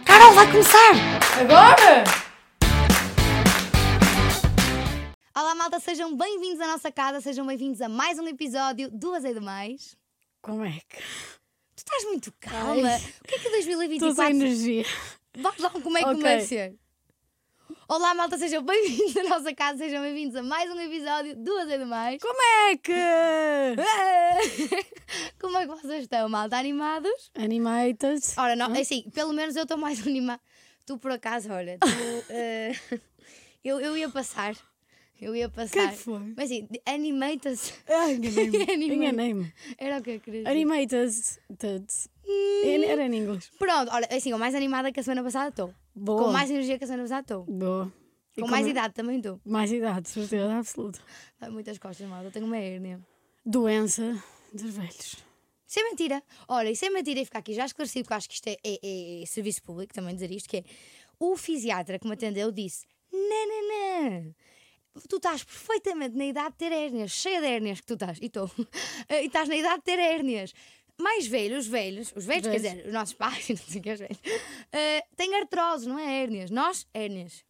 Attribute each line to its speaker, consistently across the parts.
Speaker 1: Então vai começar!
Speaker 2: Agora?
Speaker 1: Olá, malta, sejam bem-vindos à nossa casa, sejam bem-vindos a mais um episódio do Azedo Mais.
Speaker 3: Como é que?
Speaker 1: Tu estás muito calma.
Speaker 3: Ai.
Speaker 1: O que é que
Speaker 3: Estou sem
Speaker 1: 2024?
Speaker 3: energia.
Speaker 1: Vamos lá, como é que
Speaker 3: Ok.
Speaker 1: vai ser? Olá, malta, sejam bem-vindos à nossa casa, sejam bem-vindos a mais um episódio do Azedo Mais.
Speaker 3: Como é que?
Speaker 1: Como é que vocês estão, malta? Animados?
Speaker 3: Animated.
Speaker 1: Ora, não, assim, pelo menos eu estou mais animada. Tu, por acaso, olha, tu, eh, eu, eu ia passar. Eu ia
Speaker 3: que
Speaker 1: passar.
Speaker 3: foi?
Speaker 1: Mas assim, animaita-se.
Speaker 3: Ai, Enganei-me.
Speaker 1: Animated.
Speaker 3: Enganei-me.
Speaker 1: Era o que eu queria dizer.
Speaker 3: Animated. Tuds. Era em inglês.
Speaker 1: Pronto, olha, assim, ou mais animada que a semana passada estou.
Speaker 3: Boa.
Speaker 1: Com mais energia que a semana passada estou.
Speaker 3: Boa. E
Speaker 1: Com mais idade também estou.
Speaker 3: Mais idade, certeza absoluta.
Speaker 1: Ai, Muitas costas, mal, eu tenho uma hérnia.
Speaker 3: Doença dos velhos.
Speaker 1: Isso é mentira. Olha, isso é mentira e ficar aqui já esclarecido, porque eu acho que isto é, é- é- é serviço público também dizer isto, que é o fisiatra que me atendeu disse: não, não, não. Tu estás perfeitamente na idade de ter hérnias, cheia de hérnias que tu estás, e estou. e estás na idade de ter hérnias. Mais velhos, os velhos, os velhos,
Speaker 3: Velhos.
Speaker 1: quer dizer, os nossos pais, não sei o que é os velhos, eh, têm artrose, não é hérnias. Nós, hérnias.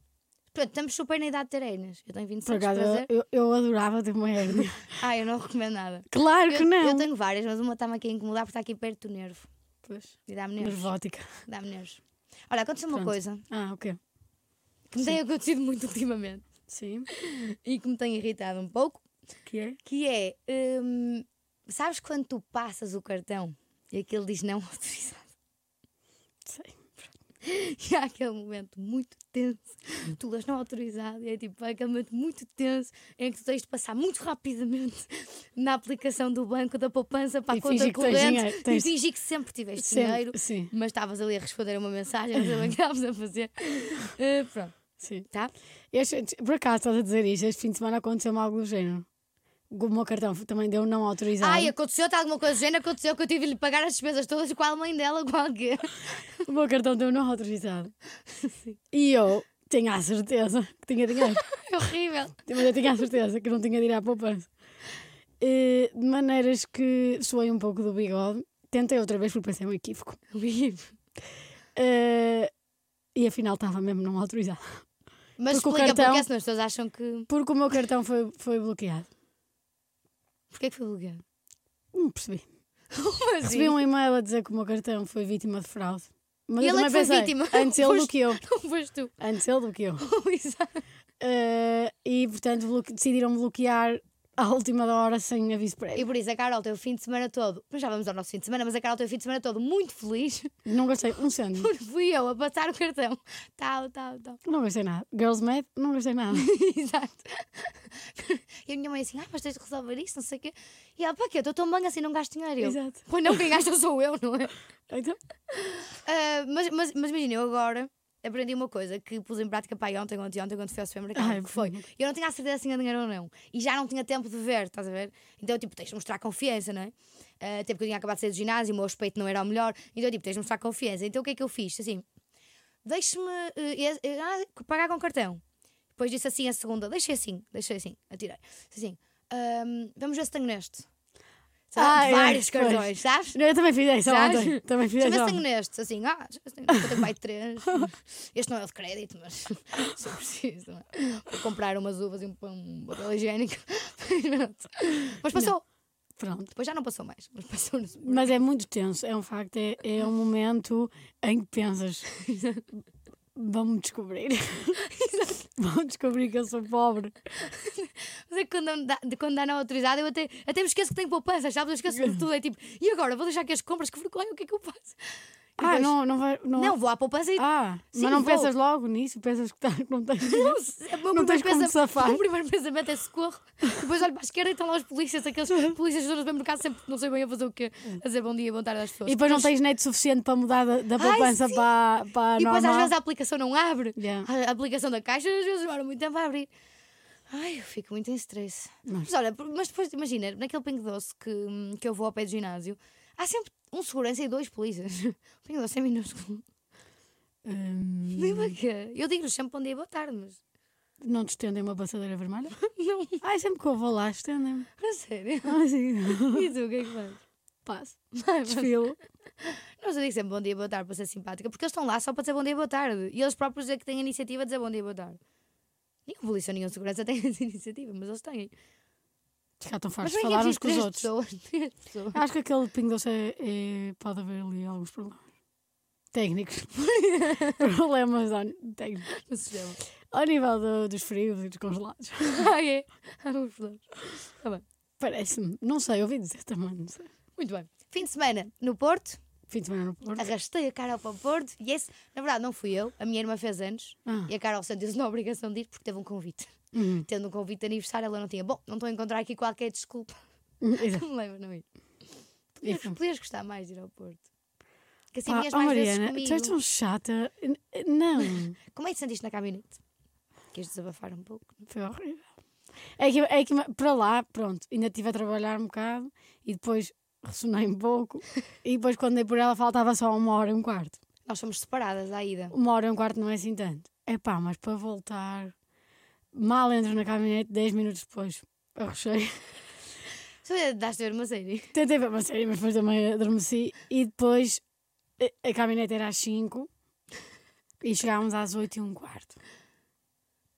Speaker 1: Portanto, estamos super na idade de ter hérnias. Eu tenho
Speaker 3: Por
Speaker 1: 26
Speaker 3: acaso,
Speaker 1: prazer.
Speaker 3: eu, eu- eu adorava ter uma hérnia.
Speaker 1: Ah, eu não recomendo nada.
Speaker 3: claro que
Speaker 1: Eu,
Speaker 3: não.
Speaker 1: eu tenho várias, mas uma está-me aqui a incomodar porque está aqui perto do nervo.
Speaker 3: Pois.
Speaker 1: E dá-me nervos.
Speaker 3: Nervótica.
Speaker 1: Dá-me nervos. Olha, aconteceu uma
Speaker 3: Pronto.
Speaker 1: coisa
Speaker 3: Ah, ok.
Speaker 1: que me tem acontecido muito ultimamente
Speaker 3: Sim.
Speaker 1: e que me tem irritado um pouco,
Speaker 3: Que é?
Speaker 1: que é, hum, sabes quando tu passas o cartão e aquele diz não autorizado?
Speaker 3: Sei.
Speaker 1: E há aquele momento muito tenso, tu lês não autorizado, e é tipo, há aquele momento muito tenso em que tu tens de passar muito rapidamente na aplicação do banco da poupança para a
Speaker 3: E
Speaker 1: conta
Speaker 3: fingir que tens
Speaker 1: corrente
Speaker 3: dinheiro,
Speaker 1: e
Speaker 3: tens-
Speaker 1: fingir que sempre tiveste
Speaker 3: Sempre.
Speaker 1: dinheiro,
Speaker 3: Sim.
Speaker 1: mas estavas ali a responder uma mensagem, não sabia o que estavas a fazer. Eh, pronto,
Speaker 3: Sim.
Speaker 1: tá?
Speaker 3: Este, por acaso estás a dizer isto, este fim de semana aconteceu-me algo do género. O meu cartão também deu não autorizado.
Speaker 1: Ai, aconteceu-te alguma coisa do género, aconteceu que eu tive de lhe pagar as despesas todas com a mãe dela, com alguém.
Speaker 3: O meu cartão deu não autorizado. E eu tinha a certeza que tinha dinheiro.
Speaker 1: É horrível.
Speaker 3: Mas eu tinha a certeza que não tinha de ir à poupança. Eh, De maneiras que soei um pouco do bigode. Tentei outra vez porque pensei é um equívoco. Eh, e afinal estava mesmo não autorizado.
Speaker 1: Mas
Speaker 3: Porque o
Speaker 1: explica
Speaker 3: cartão-
Speaker 1: porque senão as pessoas acham que.
Speaker 3: Porque o meu cartão foi, foi bloqueado.
Speaker 1: Porquê que foi bloqueado?
Speaker 3: Não percebi.
Speaker 1: Como assim?
Speaker 3: Recebi um e-mail a dizer que o meu cartão foi vítima de fraude. Mas
Speaker 1: E
Speaker 3: eu
Speaker 1: ele é
Speaker 3: também
Speaker 1: que foi
Speaker 3: pensei,
Speaker 1: vítima.
Speaker 3: antes ele
Speaker 1: Foste-
Speaker 3: bloqueou.
Speaker 1: Não foste tu.
Speaker 3: Antes ele bloqueou.
Speaker 1: Exato.
Speaker 3: Eh, e portanto bloque- decidiram bloquear à última da hora sem aviso prévio.
Speaker 1: E por isso a Carol tem o fim de semana todo. Mas já vamos ao nosso fim de semana, mas a Carol tem o fim de semana todo muito feliz
Speaker 3: Não gastei um cêntimo.
Speaker 1: porque fui eu a passar o cartão. Tal, tal, tal.
Speaker 3: Não gastei nada. Girls Mad, não gastei nada.
Speaker 1: Exato. E a minha mãe assim, ah, mas tens de resolver isso, não sei o quê. E ela, para quê? Eu estou tão bem assim, não gasto dinheiro. Eu,
Speaker 3: Exato.
Speaker 1: Pois não, quem gasta sou eu, não é?
Speaker 3: Então,
Speaker 1: Ah, mas, mas, mas imagina, eu agora aprendi uma coisa que pus em prática para ontem, ontem, ontem, quando fui ao supermercado.
Speaker 3: Ai,
Speaker 1: que foi.
Speaker 3: bonito.
Speaker 1: Eu não tinha a certeza se tinha dinheiro ou não. E já não tinha tempo de ver, estás a ver? Então, tipo, tens de mostrar confiança, não é? Ah, até porque eu tinha acabado de sair do ginásio, o meu respeito não era o melhor. Então, tipo, tens de mostrar confiança. Então, o que é que eu fiz? Assim, deixe-me eh, eh, ah, pagar com cartão. Depois disse assim a segunda, deixei assim, deixei assim, atirei. Disse assim, "Ahm, vamos ver se tenho neste. Sabe?
Speaker 3: Ai, ai,
Speaker 1: Vários
Speaker 3: pois.
Speaker 1: cartões, sabes?
Speaker 3: eu também fiz isso
Speaker 1: Já?
Speaker 3: ontem. Também fiz isso
Speaker 1: Deixa eu ver se tenho
Speaker 3: ontem.
Speaker 1: neste, assim, ah, deixa eu ver se tenho neste, eu tenho mais três. Este não é o de crédito, mas se eu preciso, não é? Vou comprar umas uvas e um, pão- um papel higiênico. mas passou,
Speaker 3: Pronto.
Speaker 1: depois já não passou mais, mas passou no segundo.
Speaker 3: Mas é muito tenso, é um facto, é, é um momento em que pensas. Vão-me descobrir. Vão descobrir que eu sou pobre.
Speaker 1: Mas é que quando não dá, de quando dá não autorizado, eu até, até me esqueço que tenho poupança, sabes? Eu esqueço de tudo. É tipo, e agora? Vou deixar aqui as compras, que vergonha, o que é que eu faço? E
Speaker 3: Ah,
Speaker 1: depois,
Speaker 3: não, não vai. Não,
Speaker 1: Não, vou à poupança e.
Speaker 3: ah,
Speaker 1: Sim,
Speaker 3: mas não
Speaker 1: vou.
Speaker 3: pensas logo nisso, pensas que, tá, que não tens.
Speaker 1: Não, se- o meu
Speaker 3: Não tens como te
Speaker 1: primeiro pensa-
Speaker 3: safar.
Speaker 1: O meu primeiro pensamento é socorro. Depois olho para a esquerda e estão lá os polícias, aqueles polícias que estão no supermercado sempre não sei bem a fazer o quê. A dizer bom dia, boa tarde às pessoas.
Speaker 3: E depois não tens net suficiente para mudar da, da
Speaker 1: Ai,
Speaker 3: poupança
Speaker 1: sim.
Speaker 3: para, para a
Speaker 1: E depois às
Speaker 3: normal.
Speaker 1: vezes a aplicação não abre.
Speaker 3: Yeah.
Speaker 1: A aplicação da caixa às vezes demora muito tempo a abrir. Ai, eu fico muito em stress.
Speaker 3: Mas-
Speaker 1: Mas olha, por- mas depois imagina, naquele Pingo Doce que, hum, que eu vou ao pé do ginásio, há sempre um segurança e dois polícias. O Pingo Doce é minúsculo.
Speaker 3: Hum,
Speaker 1: Nem para quê? Eu digo-lhes sempre bom dia, boa tarde, mas.
Speaker 3: não te estendem uma passadeira vermelha?
Speaker 1: Não,
Speaker 3: Ai, sempre que eu vou lá, estendem-me.
Speaker 1: a sério.
Speaker 3: Ah, sim.
Speaker 1: E tu, o que é que fazes?
Speaker 3: passo, desfilo.
Speaker 1: Nós eu digo sempre bom dia, boa tarde para ser simpática, porque eles estão lá só para dizer bom dia, boa tarde. E eles próprios é que têm a iniciativa de dizer bom dia, boa tarde. Nenhum polícia, nenhum segurança tem essa iniciativa, mas eles têm.
Speaker 3: Ficar tão
Speaker 1: Mas
Speaker 3: fartos de
Speaker 1: bem que
Speaker 3: falar uns
Speaker 1: existe
Speaker 3: com os
Speaker 1: três
Speaker 3: outros.
Speaker 1: pessoas, três pessoas.
Speaker 3: Acho que aquele Pingo Doce é- é- pode haver ali alguns problemas. Técnicos. problemas on- técnicos.
Speaker 1: no sistema.
Speaker 3: Ao nível do- dos frios e dos congelados.
Speaker 1: Ah, é? Ah, vamos falar.
Speaker 3: Parece-me. Não sei, ouvi dizer também. Não sei.
Speaker 1: Muito bem. Fim de semana no Porto,
Speaker 3: Fim de semana no Porto.
Speaker 1: arrastei a Carol para o Porto e esse, na verdade, não fui eu, a minha irmã fez anos
Speaker 3: Ah,
Speaker 1: e a Carol sentiu-se na obrigação de ir porque teve um convite.
Speaker 3: uhum,
Speaker 1: Tendo um convite de aniversário, ela não tinha. Bom, não estou a encontrar aqui qualquer desculpa,
Speaker 3: uhum, exato.
Speaker 1: não me lembro, não ir.
Speaker 3: E
Speaker 1: Podias,
Speaker 3: foi.
Speaker 1: podias gostar mais de ir ao Porto. Que assim
Speaker 3: Pá,
Speaker 1: vinhas
Speaker 3: oh,
Speaker 1: mais
Speaker 3: Mariana,
Speaker 1: vezes
Speaker 3: tu és
Speaker 1: comigo.
Speaker 3: tão chata. N- Não.
Speaker 1: Como é que te sentiste na caminhonete? Queres desabafar um pouco?
Speaker 3: Foi horrível. É que, é que para lá, pronto, ainda estive a trabalhar um bocado e depois ressonei um pouco. E depois, quando dei por ela, faltava só uma hora e um quarto.
Speaker 1: Nós somos separadas à ida.
Speaker 3: Uma hora e um quarto não é assim tanto. É pá, mas para voltar, mal entro na caminhonete, 10 minutos depois arrochei.
Speaker 1: Tu daste a ver uma série.
Speaker 3: Tentei ver uma série, mas depois também adormeci. E depois eh, a- a caminhonete era às 5 e chegámos às 8 e um quarto.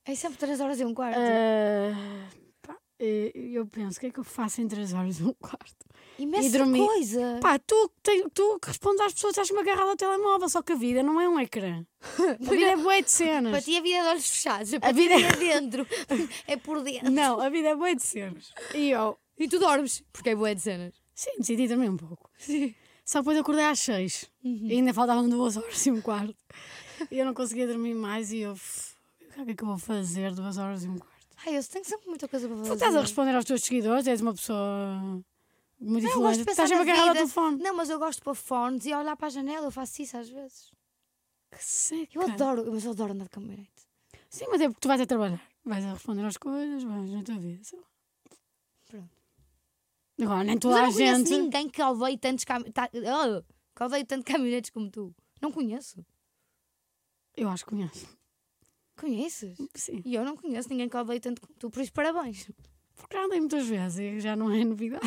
Speaker 1: É sempre 3 horas e um quarto.
Speaker 3: Ah, pá, eh, eu penso, o que é que eu faço em 3 horas e um quarto?
Speaker 1: Imensa
Speaker 3: e dormi.
Speaker 1: coisa.
Speaker 3: Pá, tu, que tem- tu que respondes às pessoas, estás-me agarrado ao telemóvel, só que a vida não é um ecrã. A vida é bué de
Speaker 1: Para
Speaker 3: cenas.
Speaker 1: ti a vida é de olhos fechados. Para
Speaker 3: A
Speaker 1: ti
Speaker 3: vida-
Speaker 1: é dentro. É por dentro.
Speaker 3: Não, a vida é bué de cenas. E eu,
Speaker 1: E tu dormes, porque é boa de cenas.
Speaker 3: Sim, decidi também um pouco. Só depois acordei às seis.
Speaker 1: Uhum.
Speaker 3: E ainda faltavam duas horas e um quarto. E eu não conseguia dormir mais e eu... "F- O que é que eu vou fazer duas horas e um quarto?
Speaker 1: Ai, eu tenho sempre muita coisa para fazer.
Speaker 3: Tu estás a responder aos teus seguidores, és uma pessoa... Muito
Speaker 1: Não, eu
Speaker 3: influente.
Speaker 1: gosto de pensar
Speaker 3: Estás sempre
Speaker 1: na
Speaker 3: agarrada ao
Speaker 1: vida.
Speaker 3: telefone.
Speaker 1: Não, mas eu gosto de pôr fones e olhar para a janela. Eu faço isso às vezes.
Speaker 3: Que seca.
Speaker 1: Eu adoro, mas eu adoro andar de caminhonete.
Speaker 3: Sim, mas é porque tu vais a trabalhar. Vais a responder às coisas, vais na tua vida. sei lá.
Speaker 1: Pronto.
Speaker 3: Agora, nem
Speaker 1: Mas
Speaker 3: toda
Speaker 1: eu
Speaker 3: a
Speaker 1: não conheço
Speaker 3: gente...
Speaker 1: ninguém que alveie tantos cami... ta- Ah, que alveie tanto caminhonetes como tu. Não conheço.
Speaker 3: Eu acho que conheço.
Speaker 1: Conheces?
Speaker 3: Sim.
Speaker 1: E eu não conheço ninguém que alveie tanto como tu, por isso parabéns.
Speaker 3: Porque já andei muitas vezes e já não é novidade.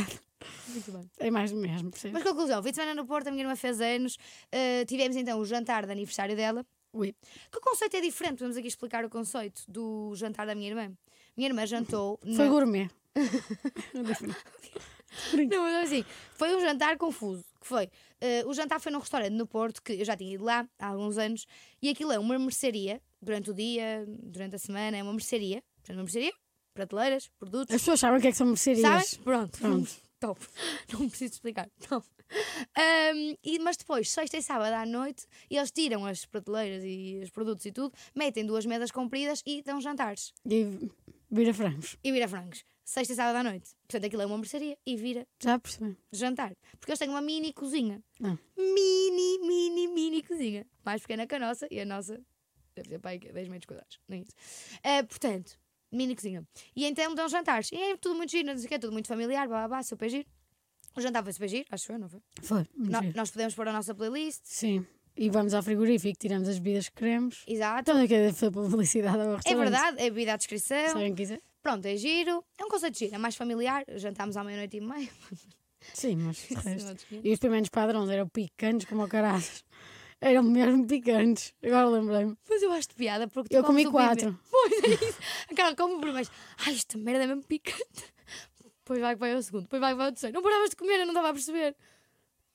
Speaker 1: Muito bem.
Speaker 3: É mais do mesmo, percebes?
Speaker 1: Mas conclusão, fim de semana no Porto, a minha irmã fez anos, eh, tivemos então o jantar de aniversário dela,
Speaker 3: Ui.
Speaker 1: que o conceito é diferente, vamos aqui explicar o conceito do jantar da minha irmã. Minha irmã jantou...
Speaker 3: Foi um
Speaker 1: na-
Speaker 3: gourmet.
Speaker 1: Não, mas assim, foi um jantar confuso. Que foi? eh, o jantar foi num restaurante no Porto, que eu já tinha ido lá há alguns anos, e aquilo é uma mercearia durante o dia, durante a semana, é uma mercearia. Portanto, uma mercearia, prateleiras, produtos.
Speaker 3: As pessoas sabem o que é que são
Speaker 1: Sabes?
Speaker 3: mercearias.
Speaker 1: Pronto.
Speaker 3: Pronto.
Speaker 1: Top. Não preciso explicar. Top. Ahm, e, mas depois, sexta e sábado à noite, eles tiram as prateleiras e os produtos e tudo, metem duas mesas compridas e dão jantares.
Speaker 3: E vira frangos.
Speaker 1: E vira frangos. Sexta e sábado à noite. Portanto, aquilo é uma mercearia e vira
Speaker 3: Já percebi.
Speaker 1: jantar. Porque eles têm uma mini cozinha.
Speaker 3: Ah.
Speaker 1: Mini, mini, mini cozinha. Mais pequena que a nossa e a nossa deve ter para aí 10 metros quadrados. Nem isso. Ah, portanto, mini cozinha. E então dão jantares. E é tudo muito giro, não sei o que, é tudo muito familiar, blá blá blá, super giro. O jantar foi super giro, acho eu, não foi?
Speaker 3: Foi.
Speaker 1: No-
Speaker 3: mentira.
Speaker 1: nós podemos pôr a nossa playlist.
Speaker 3: Sim. E vamos ao frigorífico, tiramos as bebidas que queremos.
Speaker 1: Exato.
Speaker 3: Estamos aqui a fazer publicidade ao
Speaker 1: É
Speaker 3: restaurante.
Speaker 1: verdade, é bebida à
Speaker 3: Se
Speaker 1: descrição.
Speaker 3: alguém quiser.
Speaker 1: Pronto, é giro. É um conceito giro, é mais familiar. Jantámos à meia-noite e meia.
Speaker 3: Sim, mas de
Speaker 1: Isso
Speaker 3: resto.
Speaker 1: não tinha.
Speaker 3: E os pimentos padrões eram picantes como o caralho. Eram mesmo picantes. Agora lembrei-me.
Speaker 1: Mas eu acho de piada porque tu
Speaker 3: Eu comi
Speaker 1: comes o pimenta.
Speaker 3: quatro.
Speaker 1: Pois é isso. A Carol come o primeiro. Ai, esta merda é mesmo picante. Depois vai que vai ao segundo, depois vai que vai ao terceiro. Não paravas de comer, eu não estava a perceber.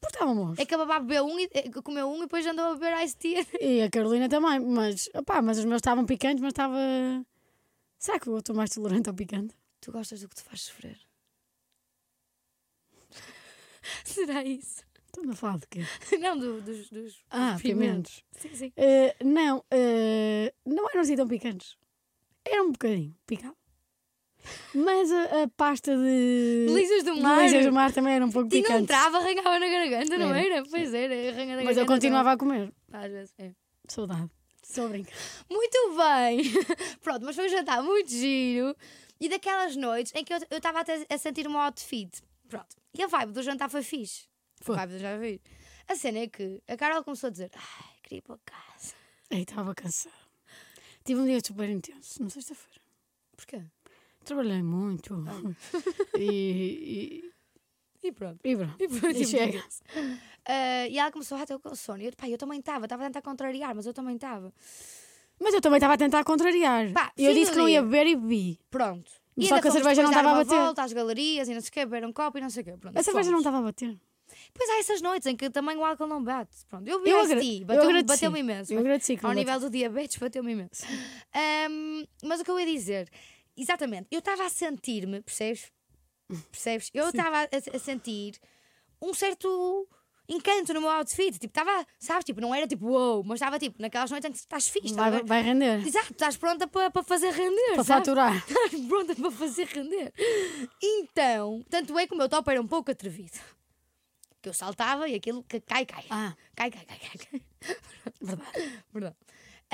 Speaker 3: Porque estavam bons.
Speaker 1: É que a babá bebeu um e eh, comeu um e depois andou a beber ice tea.
Speaker 3: E a Carolina também. Mas, opá, mas os meus estavam picantes, mas estava. Será que eu estou mais tolerante ao picante?
Speaker 1: Tu gostas do que te faz sofrer. Será isso?
Speaker 3: Estamos a falar de quê?
Speaker 1: Não, do- dos, dos
Speaker 3: Ah, pimentos.
Speaker 1: pimentos. Sim, sim.
Speaker 3: Eh, não, eh, não eram assim tão picantes. Era um bocadinho picado. Mas a, a pasta de.
Speaker 1: Delícias do
Speaker 3: de
Speaker 1: mar.
Speaker 3: Delícias do mar também era um pouco
Speaker 1: E não
Speaker 3: picante.
Speaker 1: entrava, arranhava na garganta, não
Speaker 3: Era.
Speaker 1: era? Pois era, arranhava na garganta.
Speaker 3: Mas eu continuava a comer.
Speaker 1: também. Às vezes, é.
Speaker 3: Saudade. Estou a brincar.
Speaker 1: Muito bem! Pronto, mas foi um jantar muito giro e daquelas noites em que eu eu estava até a sentir um outfit. Pronto. E a vibe do jantar foi fixe.
Speaker 3: Foi.
Speaker 1: A vibe do jantar foi fixe. A cena é que a Carol começou a dizer: Ai, queria ir para casa.
Speaker 3: Aí estava cansada. Tive um dia super intenso, na sexta-feira.
Speaker 1: Porquê? Ah.
Speaker 3: Trabalhei muito. e, e-
Speaker 1: E pronto.
Speaker 3: E pronto.
Speaker 1: E, pronto, tipo,
Speaker 3: chega.
Speaker 1: diga-se. Ah, e ela começou a ter com sono. E eu, pá, eu também estava, estava a tentar contrariar, mas eu também estava.
Speaker 3: Mas eu também estava a tentar contrariar.
Speaker 1: Pá,
Speaker 3: eu
Speaker 1: fim
Speaker 3: disse
Speaker 1: do
Speaker 3: que não ia
Speaker 1: dia.
Speaker 3: beber e bebi.
Speaker 1: Pronto. E
Speaker 3: Só
Speaker 1: ainda
Speaker 3: que a
Speaker 1: fomos
Speaker 3: cerveja não
Speaker 1: depois dar
Speaker 3: estava a
Speaker 1: uma
Speaker 3: bater.
Speaker 1: volta às galerias e não sei o quê, beber um copo e não sei o quê. Pronto,
Speaker 3: A cerveja não
Speaker 1: fomos.
Speaker 3: estava a bater.
Speaker 1: Pois há essas noites em que também o álcool não bate. Pronto, eu vi
Speaker 3: Eu
Speaker 1: eu
Speaker 3: agra- eu
Speaker 1: bateu-me
Speaker 3: agradeci.
Speaker 1: bateu imenso.
Speaker 3: Eu agradeci que
Speaker 1: Ao
Speaker 3: não
Speaker 1: nível do diabetes, bateu-me imenso. Ahm, mas o que eu ia dizer, exatamente, eu estava a sentir-me, percebes? Percebes? Eu estava a, a sentir um certo encanto no meu outfit. Tipo, estava, sabes? Tipo, não era tipo wow, mas estava tipo naquelas noites em que estás fixe, estás a
Speaker 3: Vai,
Speaker 1: ver?
Speaker 3: vai render.
Speaker 1: Exato, estás pronta para para fazer render.
Speaker 3: Para
Speaker 1: sabes?
Speaker 3: faturar.
Speaker 1: Estás pronta para fazer render. Então, tanto é que o meu top era um pouco atrevido. Que eu saltava e aquilo que cai, cai.
Speaker 3: Ah,
Speaker 1: Cai, cai, cai, cai, cai.
Speaker 3: verdade.
Speaker 1: Perdão.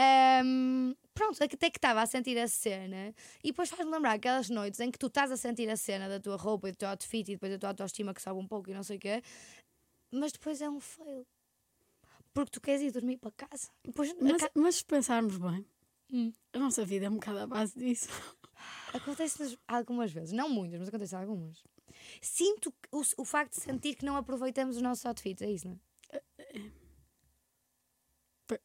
Speaker 1: Ahm, pronto, até que estava a sentir a cena e depois faz-me lembrar aquelas noites em que tu estás a sentir a cena da tua roupa e do teu outfit e depois da tua autoestima que sobe um pouco e não sei o quê, mas depois é um fail. Porque tu queres ir dormir para casa. E Depois
Speaker 3: Mas,
Speaker 1: aca-
Speaker 3: mas se pensarmos bem,
Speaker 1: Hum.
Speaker 3: a nossa vida é um bocado à base disso.
Speaker 1: acontece-nos algumas vezes, não muitas, mas acontece algumas. Sinto que o, o facto de sentir que não aproveitamos os nossos outfits, é isso, não é?
Speaker 3: Pois.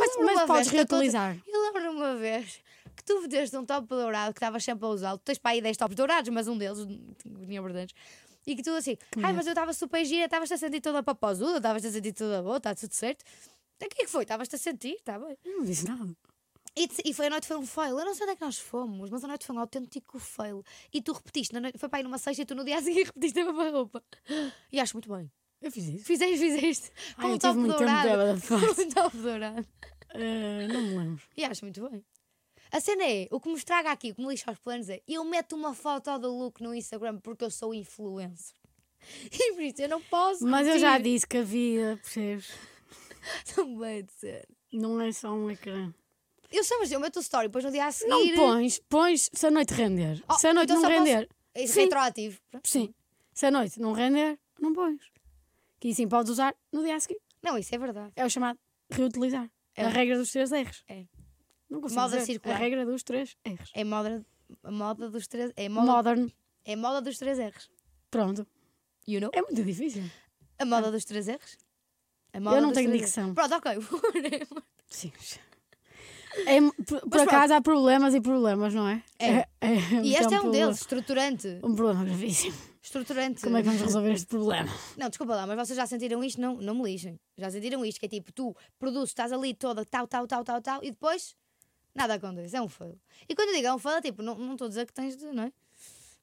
Speaker 3: Mas,
Speaker 1: lembro
Speaker 3: mas
Speaker 1: uma
Speaker 3: podes
Speaker 1: vez que eu tô-
Speaker 3: reutilizar.
Speaker 1: Eu lembro-me uma vez que tu meteste um top dourado que estavas sempre a usá-lo. Tu tens para aí 10 tops dourados, mas um deles, tinha verdadeiro. E que tu assim, ai, mas eu estava super gira, estavas-te a sentir toda papozuda, estavas-te a sentir toda boa, está tudo certo. Então o que é que foi? Estavas-te a sentir, está bem.
Speaker 3: Eu Não disse nada.
Speaker 1: E, te- e foi a noite foi um fail. Eu não sei onde é que nós fomos, mas a noite foi um autêntico fail. E tu repetiste, na noite- foi para aí numa sexta e tu no dia a seguir repetiste a mesma roupa. E acho muito bem.
Speaker 3: Eu fiz isso.
Speaker 1: Fizeste, fizeste. Com
Speaker 3: Ai,
Speaker 1: um
Speaker 3: eu
Speaker 1: top
Speaker 3: tive muito tempo
Speaker 1: dourado.
Speaker 3: bêbada, de facto.
Speaker 1: Com um top dourado.
Speaker 3: Ah, não me lembro.
Speaker 1: E acho muito bem. A cena é, o que me estraga aqui, o que me lixa aos planos é, eu meto uma foto do look no Instagram porque eu sou influencer. E por isso eu não posso.
Speaker 3: Mas eu já
Speaker 1: repetir.
Speaker 3: disse que a vida, percebes?
Speaker 1: Também de ser.
Speaker 3: Não é só um ecrã.
Speaker 1: Eu chamo eu meto o story, depois no dia a seguir.
Speaker 3: Não pões, pões se a noite render.
Speaker 1: Oh,
Speaker 3: se a noite
Speaker 1: então
Speaker 3: não
Speaker 1: só posso- Hum.
Speaker 3: render,
Speaker 1: É
Speaker 3: Sim.
Speaker 1: retroativo.
Speaker 3: sim. Se a noite não render, não pões. Que sim podes usar no dia a seguir.
Speaker 1: Não, isso é verdade.
Speaker 3: É o chamado reutilizar. É.
Speaker 1: É.
Speaker 3: A regra dos três R's.
Speaker 1: É.
Speaker 3: Não consigo
Speaker 1: Moda
Speaker 3: dizer.
Speaker 1: circular.
Speaker 3: A regra dos três R's.
Speaker 1: É moda, a moda dos três. É moda,
Speaker 3: Modern.
Speaker 1: é moda dos três R's.
Speaker 3: Pronto.
Speaker 1: You know?
Speaker 3: É muito difícil.
Speaker 1: A moda dos três R's. A moda
Speaker 3: Ah. não
Speaker 1: dos
Speaker 3: tenho
Speaker 1: três
Speaker 3: dicção.
Speaker 1: R's. Pronto, ok.
Speaker 3: Sim. É, por por
Speaker 1: Mas pronto.
Speaker 3: acaso há problemas e problemas, não é?
Speaker 1: É. e
Speaker 3: então,
Speaker 1: este é um
Speaker 3: problema-
Speaker 1: deles, estruturante.
Speaker 3: Um problema gravíssimo.
Speaker 1: Estruturante.
Speaker 3: Como é que vamos resolver este problema?
Speaker 1: Não, desculpa lá, mas vocês já sentiram isto? Não, não me lixem. Já sentiram isto? Que é tipo, tu produzes, estás ali toda tal, tal, tal, tal, tal, e depois nada acontece. É um fail. E quando eu digo é um fail, é tipo, não não estou a dizer que tens de, não é?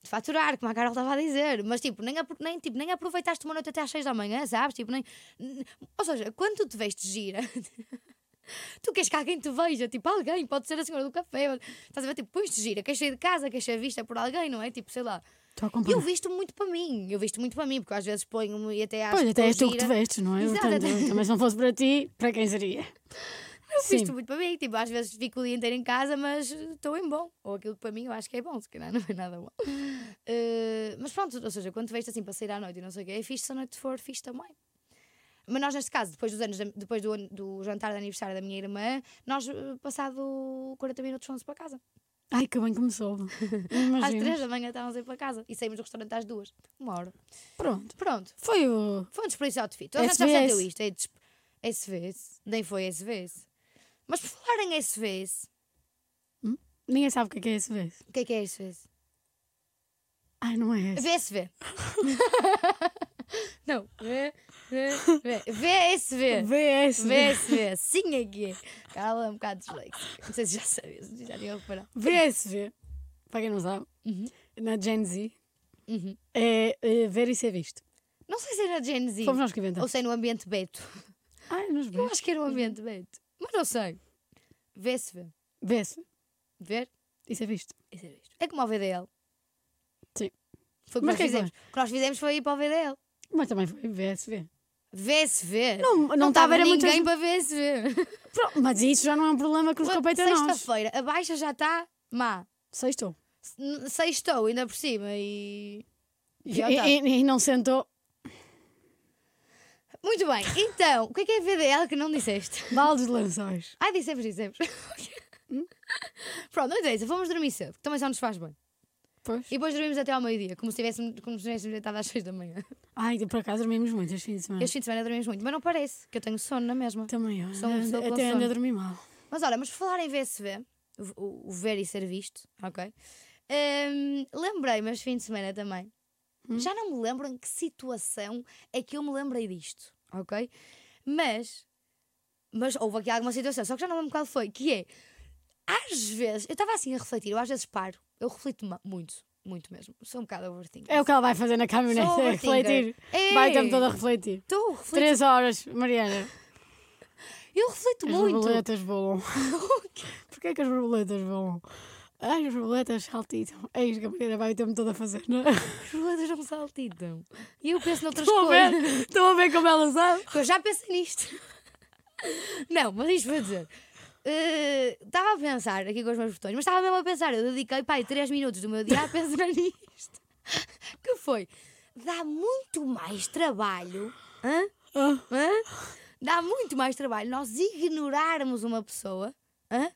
Speaker 1: De faturar, como a Carol estava a dizer, mas tipo nem, apro- nem, tipo, nem aproveitaste uma noite até às 6 da manhã, sabes? Tipo, nem, n- ou seja, quando tu te veste gira, tu queres que alguém te veja, tipo alguém, pode ser a senhora do café, mas- estás a ver? Tipo, pões-te gira, queres sair de casa, queres ser vista por alguém, não é? Tipo, sei lá.
Speaker 3: Estou a
Speaker 1: E eu
Speaker 3: acompanhar.
Speaker 1: visto muito para mim, eu visto muito para mim, porque eu às vezes ponho-me e até acho
Speaker 3: Pois, até
Speaker 1: estou
Speaker 3: és tu que te
Speaker 1: gira.
Speaker 3: vestes, não é?
Speaker 1: Exato,
Speaker 3: Portanto,
Speaker 1: até-
Speaker 3: Também se não fosse para ti, para quem seria?
Speaker 1: Eu
Speaker 3: Sim.
Speaker 1: visto muito para mim, tipo, às vezes fico o dia inteiro em casa, mas estou em bom. Ou aquilo que para mim eu acho que é bom, se calhar não é nada bom. Eh, mas pronto, ou seja, quando te veste assim para sair à noite e não sei o quê, é fixe se a noite for fixe também. Mas nós, neste caso, depois dos anos, da- depois do, ano- do jantar de aniversário da minha irmã, nós, eh, passado 40 minutos, fomos para casa.
Speaker 3: Ai, que bem que me soube. Imagina.
Speaker 1: Às 3 da manhã estávamos a ir para casa e saímos do restaurante às 2. Uma hora.
Speaker 3: Pronto.
Speaker 1: Pronto.
Speaker 3: Foi o.
Speaker 1: Foi um desperdício de outfit. Toda a gente já
Speaker 3: SVS.
Speaker 1: sentiu isto. É des- SVS. Nem foi SVS. Mas por falar em SVS,
Speaker 3: Ninguém sabe o que é que é esse vez.
Speaker 1: o que é que é SVS?
Speaker 3: Ai, não é esse.
Speaker 1: VSV. Não. V, V, V. VSV.
Speaker 3: é VSV.
Speaker 1: VSV. Sim é que é. Carla é um bocado disléxica. Não sei se já sabias. Já tinha reparado.
Speaker 3: VSV. é Para quem não sabe,
Speaker 1: Uhum.
Speaker 3: na Gen Z
Speaker 1: Uhum.
Speaker 3: é, é ver e ser visto.
Speaker 1: Não sei se era Gen Z.
Speaker 3: Fomos nós que
Speaker 1: Ou
Speaker 3: inventamos.
Speaker 1: sei no ambiente Beto.
Speaker 3: Ai, nos
Speaker 1: Eu
Speaker 3: vemos.
Speaker 1: acho que era o ambiente Beto. Mas não sei. VSV.
Speaker 3: VSV.
Speaker 1: Ver
Speaker 3: Isso é visto.
Speaker 1: e ser visto. É como ao VDL.
Speaker 3: Sim.
Speaker 1: Foi o
Speaker 3: Mas
Speaker 1: que nós
Speaker 3: que é que
Speaker 1: fizemos. O que nós fizemos foi ir para o VDL.
Speaker 3: Mas também foi VSV.
Speaker 1: VSV.
Speaker 3: Não, não estava, era muito.
Speaker 1: ninguém para VSV.
Speaker 3: Pronto, mas isso já não é um problema que nos compete a nós.
Speaker 1: Sexta-feira, a baixa já está má.
Speaker 3: Sextou.
Speaker 1: N- Sextou ainda por cima e.
Speaker 3: E,
Speaker 1: Já tá.
Speaker 3: e- e não sentou.
Speaker 1: Muito bem, então, o que é que é VDL que não disseste?
Speaker 3: Balde de lençóis.
Speaker 1: Ai, é
Speaker 3: Hum?
Speaker 1: dissemos, dissemos. Pronto, não interessa, vamos dormir cedo, que também só nos faz bem.
Speaker 3: Pois.
Speaker 1: E depois dormimos até ao meio-dia, como se tivéssemos, como se tivéssemos deitado às 6 da manhã.
Speaker 3: Ai, por acaso dormimos muito este fim de semana.
Speaker 1: Este fim de semana dormimos muito, mas não parece que eu tenho sono na mesma.
Speaker 3: Também eu. né?
Speaker 1: Sou uma pessoa com
Speaker 3: até ando a
Speaker 1: sono.
Speaker 3: dormir mal.
Speaker 1: Mas olha, mas por falar em VSV, o- o, o ver e ser visto, ok? Hum, Lembrei-me este fim de semana também.
Speaker 3: Hum?
Speaker 1: Já não me lembro em que situação é que eu me lembrei disto, ok? Mas, mas houve aqui alguma situação, só que já não lembro qual foi, que é, às vezes, eu estava assim a refletir, eu às vezes paro, eu reflito ma- muito, muito mesmo, sou um bocado overthinker.
Speaker 3: É o que ela vai fazer na caminhonete,
Speaker 1: Sou
Speaker 3: é
Speaker 1: overthinker.
Speaker 3: refletir.
Speaker 1: Ei!
Speaker 3: Vai o tempo todo a refletir.
Speaker 1: Tu reflito,
Speaker 3: Três horas, Mariana.
Speaker 1: eu reflito
Speaker 3: As
Speaker 1: muito.
Speaker 3: borboletas voam. Porquê que as borboletas voam? Ai, as borboletas saltitam. É isto que a Mariana vai o tempo todo a fazer, não é?
Speaker 1: As boletas não saltitam. E eu penso noutras
Speaker 3: Estão a
Speaker 1: coisas.
Speaker 3: ver? Estão a ver como ela sabe?
Speaker 1: Eu já pensei nisto. Não, mas isto vou dizer. Eh, Estava a pensar aqui com os meus botões, mas estava mesmo a pensar. Eu dediquei, pai, 3 minutos do meu dia a pensar nisto. Que foi? Dá muito mais trabalho. Hã?
Speaker 3: Ah.
Speaker 1: Hã? Dá muito mais trabalho nós ignorarmos uma pessoa hã?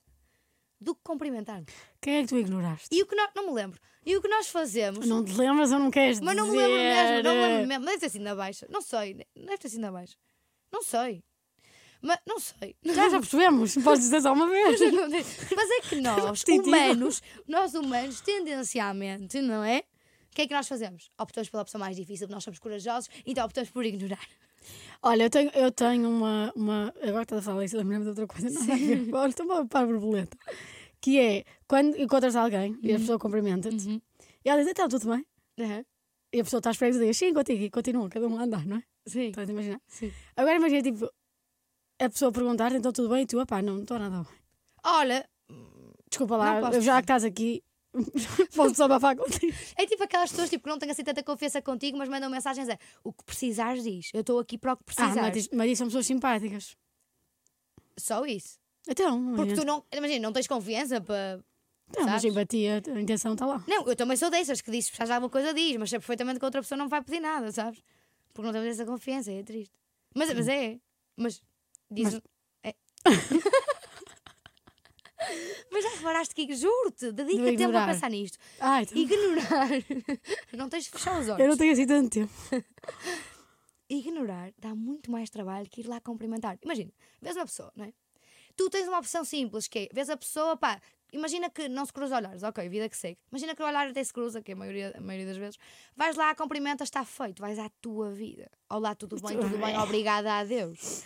Speaker 1: do que cumprimentarmos.
Speaker 3: Quem é que tu ignoraste?
Speaker 1: E o que nós. Não me lembro. E o que nós fazemos.
Speaker 3: Não te lembras ou não queres dizer?
Speaker 1: Mas não me lembro mesmo, não me lembro mesmo. Deve ter sido na baixa. Não sei, deve ter sido na baixa. Não sei. Mas não sei.
Speaker 3: Já, já percebemos. Podes dizer só uma vez.
Speaker 1: Mas é que nós,
Speaker 3: Repetitivo.
Speaker 1: humanos, nós humanos, tendencialmente, não é? O que é que nós fazemos? Optamos pela opção mais difícil, porque nós somos corajosos, então optamos por ignorar.
Speaker 3: Olha, eu tenho, eu tenho uma, uma. Agora estás a falar isso, lembrei-me de outra coisa. Não, vai ver. Olha, estou a para a borboleta. Que é quando encontras alguém e a
Speaker 1: Uhum.
Speaker 3: pessoa cumprimenta-te e ela diz: Então, tudo bem? E a pessoa está à espera que tu digas: Sim, contigo. E continua, cada um a andar, não é?
Speaker 1: Sim.
Speaker 3: Estás a imaginar?
Speaker 1: Sim.
Speaker 3: Agora imagina, tipo, a pessoa perguntar: Então, tudo bem? E tu, opá, não, não estou nada bem.
Speaker 1: Olha,
Speaker 3: Desculpa
Speaker 1: Não
Speaker 3: lá,
Speaker 1: posso
Speaker 3: eu já que estás aqui, posso só abafar contigo.
Speaker 1: é tipo aquelas pessoas tipo, que não têm assim tanta confiança contigo, mas mandam mensagens a o que precisares diz. Eu estou aqui para o que
Speaker 3: Ah,
Speaker 1: precisares.
Speaker 3: mas, diz- mas isso são pessoas simpáticas.
Speaker 1: Só isso.
Speaker 3: Então,
Speaker 1: Porque
Speaker 3: é,
Speaker 1: tu não, imagina, não tens confiança para
Speaker 3: então mas
Speaker 1: sabes?
Speaker 3: empatia, a intenção está lá.
Speaker 1: Não, eu também sou dessas que diz, se precisares de alguma coisa, diz, mas sei perfeitamente que a outra pessoa não vai pedir nada, sabes? Porque não temos essa confiança, é triste. Mas, mas é, mas diz. É. mas já reparaste que, juro-te,
Speaker 3: Do
Speaker 1: dedica tempo a
Speaker 3: ignorar.
Speaker 1: pensar nisto.
Speaker 3: Ah, então,
Speaker 1: Ignorar. não tens de fechar os
Speaker 3: eu não
Speaker 1: olhos.
Speaker 3: tenho assim tanto tempo.
Speaker 1: Ignorar dá muito mais trabalho que ir lá cumprimentar. Imagina, vês uma pessoa, não é? Tu tens uma opção simples que é, vês a pessoa, pá, imagina que não se cruza olhares, ok, vida que segue. Imagina que o olhar até se cruza, que é a maioria, a maioria das vezes. Vais lá, cumprimentas, está feito, vais à tua vida. Olá, tudo bem, tudo bem, obrigada a Deus.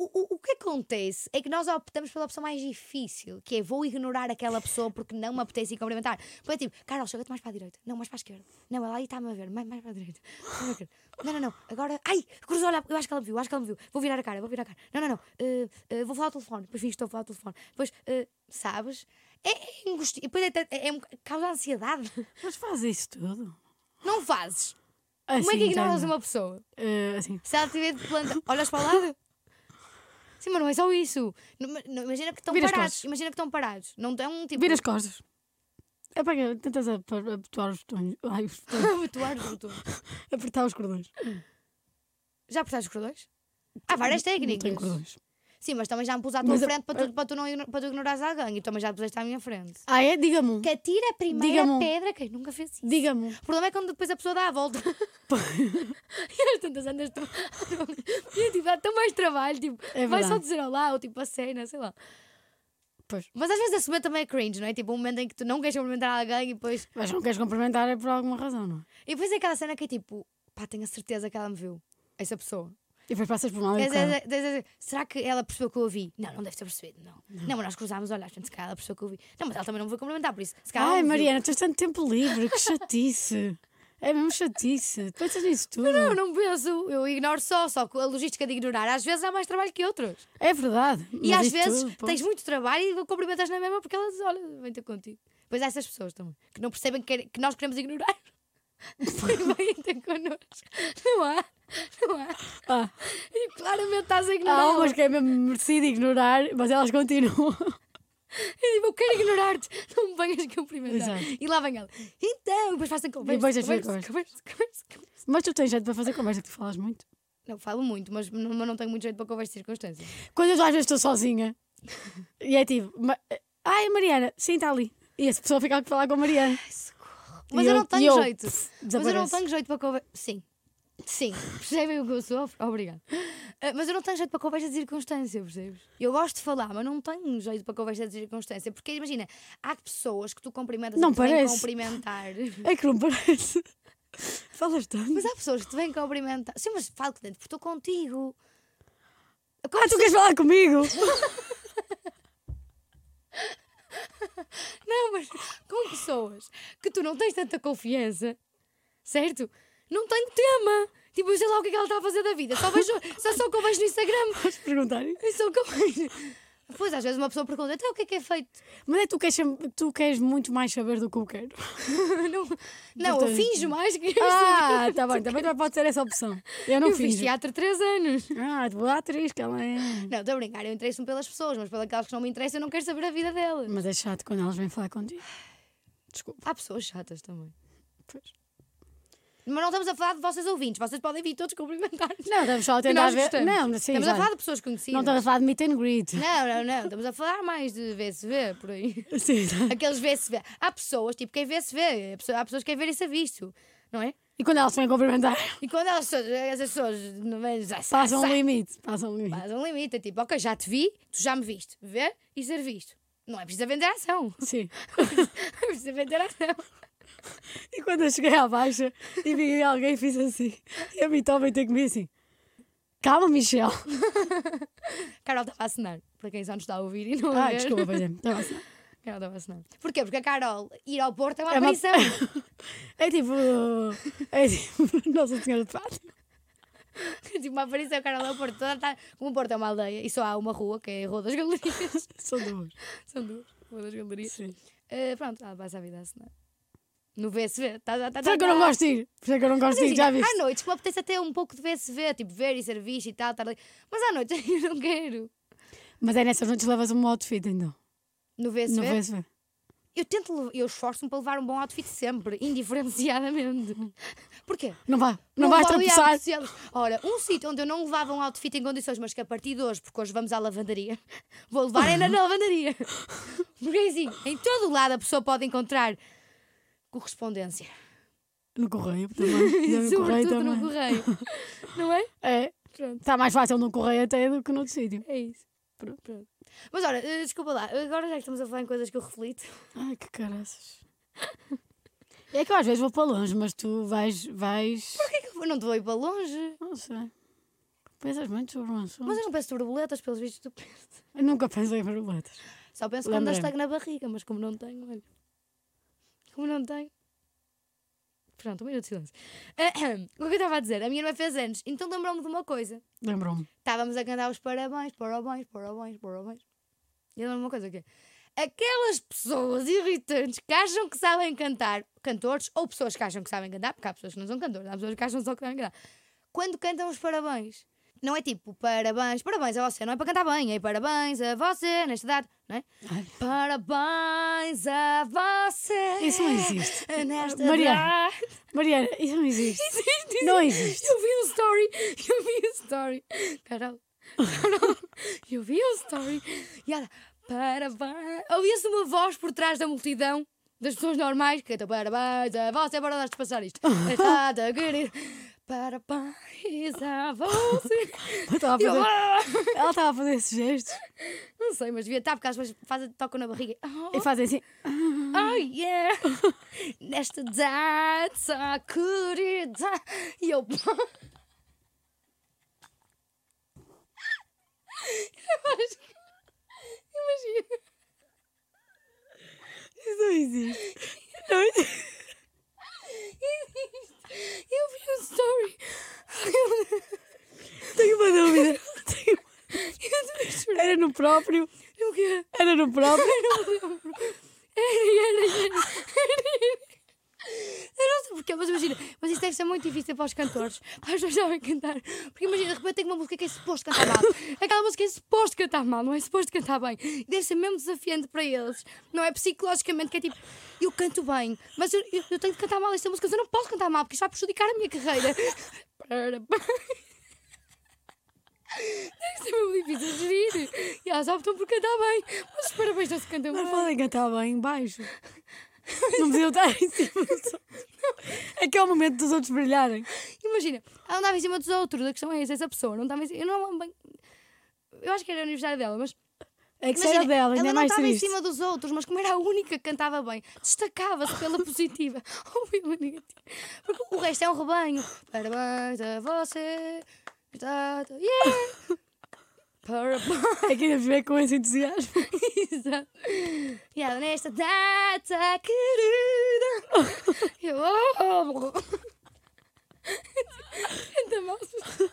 Speaker 1: O, o, o que acontece é que nós optamos pela opção mais difícil, que é vou ignorar aquela pessoa porque não me apetece ir cumprimentar. Foi tipo, Carol, chega-te mais para a direita. Não, mais para a esquerda. Não, ela aí está-me a ver. Mais, mais para a direita. Mais para a esquerda. Não, não, não. Agora. Ai, cruzou olhar. Eu acho que ela me viu, acho que ela me viu. Vou virar a cara, vou virar a cara. Não, não, não. eh, eh, vou falar ao telefone. Depois fiz, estou a falar ao telefone. Depois, eh, sabes? É, é angusti... Depois é, é, é um- causa ansiedade.
Speaker 3: Mas faz isso tudo.
Speaker 1: Não fazes.
Speaker 3: Assim,
Speaker 1: Como é que ignoras
Speaker 3: tenho.
Speaker 1: uma pessoa?
Speaker 3: Eh, assim.
Speaker 1: Se ela tiver de planta, olhas para o lado. Sim, mas não é só isso. Não- não- imagina que estão
Speaker 3: Vira as
Speaker 1: parados.
Speaker 3: costas.
Speaker 1: Imagina que estão parados. Não estão tipo.
Speaker 3: Vira as costas. É para que tentas ap- apertar os botões. Ai, os botões.
Speaker 1: Mutuar os botões.
Speaker 3: apertar os cordões.
Speaker 1: Já apertaste os cordões? Há várias
Speaker 3: Não tenho
Speaker 1: técnicas.
Speaker 3: cordões.
Speaker 1: Sim, mas também já me pus à tua
Speaker 3: Mas a-
Speaker 1: frente para, tu, para, tu não, igno- para tu ignorares alguém e também já puseste à minha frente.
Speaker 3: Ah, é? Diga-me. um.
Speaker 1: Que atira a primeira
Speaker 3: Diga-me um.
Speaker 1: pedra, quem nunca fez isso.
Speaker 3: Diga-me. um.
Speaker 1: O problema é quando depois a pessoa dá a volta. e às tantas andas tu. e é, tipo, dá tão mais trabalho, tipo,
Speaker 3: É
Speaker 1: vai só
Speaker 3: verdade.
Speaker 1: dizer olá ou tipo a cena, sei lá.
Speaker 3: Pois.
Speaker 1: Mas às vezes esse momento também é cringe, não é? Tipo, um momento em que tu não queres cumprimentar alguém e depois.
Speaker 3: Mas não queres cumprimentar é por alguma razão, não é?
Speaker 1: E depois é aquela cena que é tipo, pá, tenho a certeza que ela me viu. Essa pessoa.
Speaker 3: E depois passas por mal
Speaker 1: Quer dizer,
Speaker 3: educada.
Speaker 1: quer dizer, será que ela percebeu que eu a vi? Não, não deve ter percebido, não. Não, mas nós cruzámos olhares, portanto, se calhar ela percebeu que eu vi. Não, mas ela também não me vai cumprimentar por isso. Se calhar
Speaker 3: Ai,
Speaker 1: ela me viu.
Speaker 3: Mariana, tens tanto tempo livre. Que chatice. É mesmo chatice. Pensas nisso tudo.
Speaker 1: Não, não penso, eu ignoro só, só que a logística de ignorar às vezes há mais trabalho que outros.
Speaker 3: É verdade.
Speaker 1: E
Speaker 3: Mas
Speaker 1: às
Speaker 3: isto
Speaker 1: vezes
Speaker 3: tudo, pô.
Speaker 1: tens muito trabalho e cumprimentas na mesma porque elas, olha, vêm ter contigo. Pois há essas pessoas também que não percebem que, que nós queremos ignorar. E vêm ter connosco. Não há, não há.
Speaker 3: Ah,
Speaker 1: E claramente estás a ignorar.
Speaker 3: há umas que é mesmo merecido ignorar, mas elas continuam.
Speaker 1: E tipo, eu quero ignorar-te, não me venhas cumprimentar.
Speaker 3: Exato.
Speaker 1: E lá vem ela. Então, e depois fazem conversa.
Speaker 3: E depois tens de ver
Speaker 1: conversa, conversa, conversa, conversa.
Speaker 3: Mas tu tens jeito para fazer conversa, que tu falas muito.
Speaker 1: Não, falo muito, mas não, mas não tenho muito jeito para conversa de circunstâncias.
Speaker 3: Quando eu às vezes estou sozinha e é tipo, ma- ai, a Mariana, sim, está ali. E essa pessoa fica a falar com a Mariana.
Speaker 1: Ai, socorro. Mas
Speaker 3: E
Speaker 1: eu não tenho
Speaker 3: e eu,
Speaker 1: jeito.
Speaker 3: pff,
Speaker 1: Mas eu não
Speaker 3: desaparece.
Speaker 1: tenho jeito para conversa. Sim. Sim, percebem o que eu sofro? Obrigada. Ah, mas eu não tenho jeito para conversa de circunstância, percebes? Eu gosto de falar, mas não tenho jeito para conversa de circunstância. Porque imagina, há pessoas que tu cumprimentas
Speaker 3: Não
Speaker 1: e que te vêm
Speaker 3: parece.
Speaker 1: cumprimentar.
Speaker 3: É que não parece. Falas tanto.
Speaker 1: Mas há pessoas que te vêm cumprimentar. Sim, mas falo com dentro, porque estou contigo. Como
Speaker 3: Ah, tu queres falar comigo?
Speaker 1: Não, mas com pessoas que tu não tens tanta confiança, certo? Não tenho tema. Tipo, eu sei lá o que é que ela está a fazer da vida. Só, vejo, só, só o que eu vejo no Instagram.
Speaker 3: Podes perguntar.
Speaker 1: É só o que eu vejo. Pois, às vezes uma pessoa pergunta, então o que é que é feito?
Speaker 3: Mas é que tu queres, sempre- tu queres muito mais saber do que eu quero.
Speaker 1: Não, não eu
Speaker 3: tens-
Speaker 1: finjo mais que
Speaker 3: Ah, tá bem, também pode ser essa opção. Eu não
Speaker 1: Eu fiz
Speaker 3: fiz.
Speaker 1: teatro três anos.
Speaker 3: Ah, boa atriz que ela é.
Speaker 1: Não, estou a brincar, eu interesso-me pelas pessoas, mas pelas que não me interessam, eu não quero saber a vida delas.
Speaker 3: Mas é chato quando elas vêm falar contigo. Desculpa.
Speaker 1: Há pessoas chatas também.
Speaker 3: Pois.
Speaker 1: Mas não estamos a falar de vocês ouvintes, vocês podem vir todos cumprimentar.
Speaker 3: Não, estamos só a
Speaker 1: Que
Speaker 3: tentar
Speaker 1: nós
Speaker 3: ver.
Speaker 1: gostamos.
Speaker 3: Não, sim,
Speaker 1: estamos a
Speaker 3: já.
Speaker 1: falar de pessoas conhecidas.
Speaker 3: Não estamos a falar de meet and greet.
Speaker 1: Não, não, não. Estamos a falar mais de VSV por aí.
Speaker 3: Sim, tá.
Speaker 1: Aqueles VSV. Há pessoas, tipo, quem vê se vê. Há pessoa- Há pessoas que querem ver isso a visto, não é?
Speaker 3: E quando elas se vêm cumprimentar,
Speaker 1: E quando elas, as pessoas não vêm, já se-
Speaker 3: passam
Speaker 1: já
Speaker 3: um
Speaker 1: se-
Speaker 3: limite. Passam um limite.
Speaker 1: faz um limite. É tipo, ok, já te vi, tu já me viste. Ver e ser visto. Não é preciso vender a ação.
Speaker 3: Sim.
Speaker 1: Não é preciso vender a ação.
Speaker 3: E quando eu cheguei à baixa e vi alguém fiz assim, e a mim também tem comigo assim. Calma, Michel.
Speaker 1: Carol estava a assinar. Para quem só nos está a ouvir e não a
Speaker 3: Ah,
Speaker 1: ver.
Speaker 3: desculpa, pois é. Tá bem.
Speaker 1: Carol estava a assinar. Porquê? Porque a Carol ir ao Porto é uma
Speaker 3: É uma-
Speaker 1: aparição.
Speaker 3: É tipo. É tipo. Nossa Senhora de Fátima.
Speaker 1: tipo, uma aparição. A Carol é o Porto. Toda tá... Como o Porto é uma aldeia e só há uma rua, que é a Rua das Galerias.
Speaker 3: São duas.
Speaker 1: São duas. Uma das galerias.
Speaker 3: Sim.
Speaker 1: Eh, pronto, ela passa a vida a assinar. No VSV. Tá, tá, tá,
Speaker 3: Será
Speaker 1: tá,
Speaker 3: que eu não
Speaker 1: tá. assim,
Speaker 3: gosto de ir? Será que eu não gosto de ir?
Speaker 1: Imagina,
Speaker 3: Já viste?
Speaker 1: Há noites que me apetece até um pouco de VSV, tipo ver e ser visto e tal, tal, mas à noite eu não quero.
Speaker 3: Mas é nessas noites que levas um outfit então.
Speaker 1: No VSV,
Speaker 3: Não vês ver?
Speaker 1: eu tento, lev- eu esforço-me para levar um bom outfit sempre, indiferenciadamente. Porquê?
Speaker 3: Não vá. Não, vais
Speaker 1: vale ir às
Speaker 3: tropeçar.
Speaker 1: sociais. Ora, um sítio onde eu não levava um outfit em condições, mas que a partir de hoje, porque hoje vamos à lavandaria, vou levar é na lavandaria. Porque é assim, em todo o lado a pessoa pode encontrar correspondência.
Speaker 3: No correio também. No correio
Speaker 1: Sobretudo no
Speaker 3: também.
Speaker 1: correio. Não é?
Speaker 3: É. Está mais fácil no correio até do que noutro sítio.
Speaker 1: É isso. Pronto, pronto. Mas olha, eh, desculpa lá, agora já que estamos a falar em coisas que eu reflito.
Speaker 3: Ai, que caraças. É que eu às vezes vou para longe, mas tu vais. vais...
Speaker 1: Porquê que eu não te vou ir para longe?
Speaker 3: Não sei. Pensas muito sobre um assunto.
Speaker 1: Mas eu não penso borboletas, pelos vistos tu pensas.
Speaker 3: Eu nunca pensei em borboletas.
Speaker 1: Só penso quando
Speaker 3: Lembrei-me.
Speaker 1: hashtag na barriga, mas como não tenho, olha. Como não tenho. Pronto, um minuto de silêncio. Ahem. O que eu estava a dizer? A minha irmã fez anos, então lembrou-me de uma coisa.
Speaker 3: Lembram-me.
Speaker 1: Estávamos a cantar os parabéns, parabéns, parabéns, parabéns. E eu lembro-me de uma coisa que é. Aquelas pessoas irritantes que acham que sabem cantar, cantores, ou pessoas que acham que sabem cantar, porque há pessoas que não são cantores, há pessoas que acham só que sabem cantar. Quando cantam os parabéns, não é tipo parabéns, parabéns a você, não é para cantar bem, é parabéns a você, nesta idade, não é?
Speaker 3: Ai.
Speaker 1: Parabéns a você.
Speaker 3: Isso não existe.
Speaker 1: Nesta
Speaker 3: Mariana.
Speaker 1: idade.
Speaker 3: Mariana, isso não existe.
Speaker 1: Existe,
Speaker 3: Não existe.
Speaker 1: eu vi um story, eu vi um story. Carol, Carol, eu vi um story. E ela, parabéns. Ouvia-se uma voz por trás da multidão das pessoas normais que cantam parabéns a é você, bora dar-te passar isto. Nada, querido. Parabéns a você.
Speaker 3: Eu estava a
Speaker 1: E eu,
Speaker 3: fazer-
Speaker 1: "Ah!"
Speaker 3: Ela estava a fazer esses gestos
Speaker 1: não sei, mas devia estar porque as pessoas fazem, tocam na barriga. Oh,
Speaker 3: e fazem assim.
Speaker 1: oh yeah. Nesta dança, querida. E eu. Imagina.
Speaker 3: Isso não existe. Não existe.
Speaker 1: Eu vi um story.
Speaker 3: Tenho uma dúvida. Tenho-
Speaker 1: Eu também chorei.
Speaker 3: Era no próprio.
Speaker 1: O quê?
Speaker 3: Era no próprio.
Speaker 1: Era, era, era. Eu não sei porquê, mas imagina. Mas isso deve ser muito difícil para os cantores. Para as pessoas sabem cantar. Porque imagina, de repente tem uma música que é suposto cantar mal. Aquela música é suposto cantar mal, não é suposto cantar bem. Deve ser mesmo desafiante para eles. Não é psicologicamente que é tipo, eu canto bem, mas eu, eu- eu tenho de cantar mal esta música, mas eu não posso cantar mal porque isto vai prejudicar a minha carreira. Parabéns. Deve ser mesmo difícil de gerir. E elas optam por cantar bem. Mas os parabéns não se cantam
Speaker 3: Mas
Speaker 1: mal.
Speaker 3: podem cantar bem em baixo. Não podiam estar em cima dos outros. É Aquele momento dos outros brilharem.
Speaker 1: Imagina, ela andava em cima dos outros, a questão é essa, essa pessoa não estava em cima. Eu não lembro bem. Eu acho que era o aniversário dela, mas.
Speaker 3: É que
Speaker 1: imagina,
Speaker 3: era dela, ainda
Speaker 1: ela
Speaker 3: é
Speaker 1: não
Speaker 3: mais
Speaker 1: estava em
Speaker 3: triste.
Speaker 1: cima dos outros, mas como era a única que cantava bem, destacava-se pela positiva Oh, ou pela negativa. Porque o resto é um rebanho. Parabéns a você. tá, tá, Yeah! Parabéns.
Speaker 3: É que ainda viver com esse entusiasmo.
Speaker 1: Exato. E ela, nesta data, querida. Eu amo. Então, Canta mal. Susana.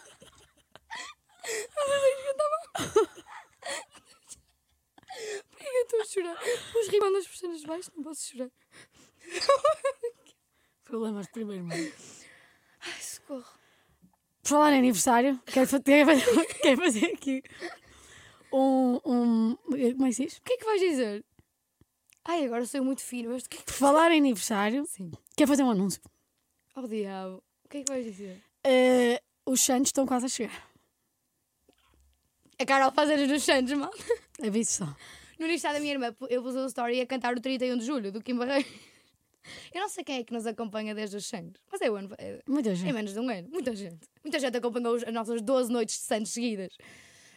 Speaker 1: Ela diz que canta mal. Por que eu estou a chorar? Os rimam nas persianas baixas, não posso chorar.
Speaker 3: Problemas de primeiro mundo.
Speaker 1: Ai, socorro.
Speaker 3: Por falar em aniversário, quero fa- quero fazer, quero fazer aqui um, um. Como é que se diz?
Speaker 1: O que é que vais dizer? Ai, agora sou eu muito fino, mas o que é que.
Speaker 3: Por falar em aniversário,
Speaker 1: Sim.
Speaker 3: quero fazer um anúncio.
Speaker 1: Oh, diabo. O que é que vais dizer?
Speaker 3: Eh, os Santos estão quase a chegar.
Speaker 1: A Carol faz anos nos Santos, mal.
Speaker 3: Aviso É só.
Speaker 1: No aniversário da minha irmã, eu pus o story a cantar o 31 de julho do Kim Barreiros. Eu não sei quem é que nos acompanha desde os Santos, mas é o ano. É,
Speaker 3: Muita
Speaker 1: é
Speaker 3: gente.
Speaker 1: menos de um ano. Muita gente. Muita gente acompanhou os- as nossas 12 noites de Santos seguidas.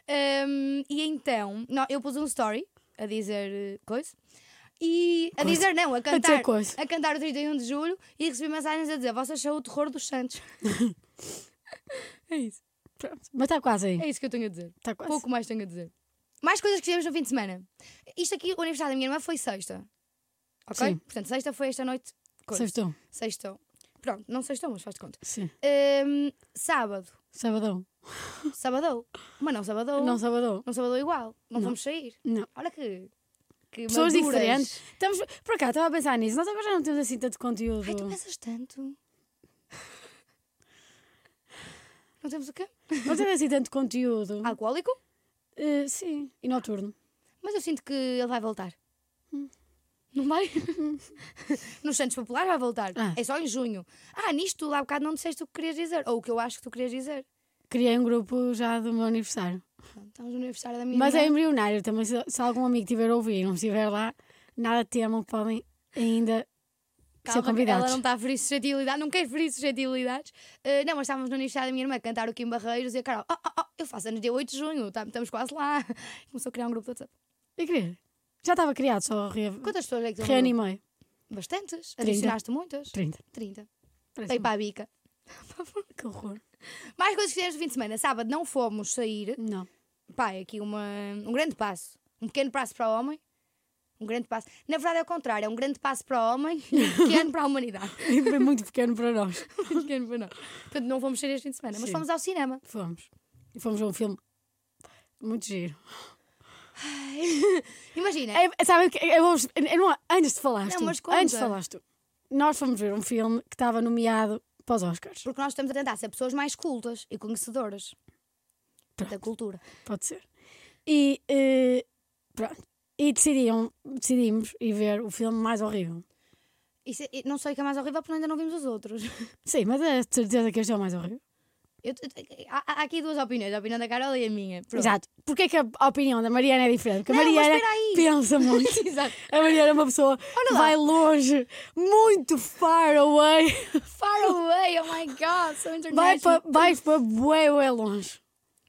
Speaker 1: Ahm, e então, não, eu pus um story a dizer eh, coisa. E a
Speaker 3: Coisa.
Speaker 1: dizer não, a
Speaker 3: A
Speaker 1: cantar.
Speaker 3: dizer coisa.
Speaker 1: A cantar o 31 de julho e recebi mensagens a dizer: Vocês são o terror dos Santos. é isso.
Speaker 3: Pronto. Mas está quase aí.
Speaker 1: É isso que eu tenho a dizer.
Speaker 3: Está quase.
Speaker 1: Pouco mais tenho a dizer. Mais coisas que fizemos no fim de semana. Isto aqui, o aniversário da minha irmã foi sexta. Ok?
Speaker 3: Sim.
Speaker 1: Portanto, sexta foi esta noite. coisa.
Speaker 3: Sextou.
Speaker 1: Sextou. Pronto, não sextou, mas faz de conta.
Speaker 3: Sim.
Speaker 1: Hum, sábado.
Speaker 3: Sabadão.
Speaker 1: Sabadou. Mas não sabadou.
Speaker 3: Não
Speaker 1: Não,
Speaker 3: sabadão.
Speaker 1: sabadou igual. Não,
Speaker 3: Não.
Speaker 1: vamos sair.
Speaker 3: Não.
Speaker 1: Olha que. que
Speaker 3: Pessoas
Speaker 1: maduras.
Speaker 3: diferentes. Estamos, por acaso, estava a pensar nisso. Nós agora já não temos assim tanto conteúdo.
Speaker 1: Ai, tu pensas tanto. Não temos o quê?
Speaker 3: Não temos assim tanto conteúdo.
Speaker 1: Alcoólico?
Speaker 3: Eh, sim. E noturno.
Speaker 1: Mas eu sinto que ele vai voltar.
Speaker 3: Hum.
Speaker 1: Não vai? Nos Santos Popular vai voltar.
Speaker 3: Ah.
Speaker 1: É só em junho. Ah, nisto tu lá há bocado não disseste o que querias dizer. Ou o que eu acho que tu querias dizer.
Speaker 3: Criei um grupo já do meu aniversário.
Speaker 1: Pronto, estamos no aniversário da minha
Speaker 3: Mas é
Speaker 1: irmã.
Speaker 3: embrionário também. Se, se algum amigo tiver a ouvir e não estiver lá, nada temam, podem ainda ser
Speaker 1: Calma,
Speaker 3: convidados.
Speaker 1: Ela não tá está a ferir suscetibilidade, não quer ferir suscetibilidades. Ah, não, mas estávamos no aniversário da minha irmã a cantar o Kim Barreiros e a Carol. Oh, oh, oh, eu faço anos dia 8 de junho, tá- estamos quase lá. Começou a criar um grupo de WhatsApp.
Speaker 3: Eu queria. Já estava criado, só re...
Speaker 1: Quantas pessoas é que tu
Speaker 3: reanimei.
Speaker 1: Bastantes.
Speaker 3: Trinta.
Speaker 1: Adicionaste muitas?
Speaker 3: 30.
Speaker 1: 30. Dei
Speaker 3: Parece-me.
Speaker 1: para a bica.
Speaker 3: Que horror.
Speaker 1: Mais coisas que fizemos no fim de semana. Sábado não fomos sair.
Speaker 3: Não.
Speaker 1: pá, é aqui uma, um grande passo. Um pequeno passo para o homem. Um grande passo. Na verdade é o contrário, é um grande passo para o homem e um pequeno para a humanidade.
Speaker 3: Foi é muito pequeno para nós.
Speaker 1: Um pequeno para nós. Portanto, não fomos sair este fim de semana, mas
Speaker 3: Sim.
Speaker 1: fomos ao cinema.
Speaker 3: Fomos. E fomos a um filme muito giro.
Speaker 1: Imagina,
Speaker 3: É, sabe, o que- eu vou, eu não, antes de falares
Speaker 1: Não,
Speaker 3: tu,
Speaker 1: mas conta.
Speaker 3: antes de falares tu, nós fomos ver um filme que estava nomeado para os Oscars.
Speaker 1: porque nós estamos a tentar ser pessoas mais cultas e conhecedoras da
Speaker 3: Pronto.
Speaker 1: cultura.
Speaker 3: Pode ser. E eh, pronto. E decidiam, decidimos ir ver o filme mais horrível.
Speaker 1: Isso é- não sei o que é mais horrível porque ainda não vimos os outros.
Speaker 3: Sim, mas é de certeza que este é o mais horrível.
Speaker 1: Eu- eu- há, há aqui duas opiniões, a opinião da Carol e a minha. Pronto.
Speaker 3: Exato. Porquê que a a opinião da Mariana é diferente? Porque a
Speaker 1: Não, mas
Speaker 3: Mariana
Speaker 1: espera aí.
Speaker 3: pensa muito.
Speaker 1: Exato.
Speaker 3: A Mariana é uma pessoa que
Speaker 1: lá.
Speaker 3: vai longe, muito far away,
Speaker 1: Far away, oh my god, so
Speaker 3: vai
Speaker 1: international.
Speaker 3: para vai para bué, bué longe.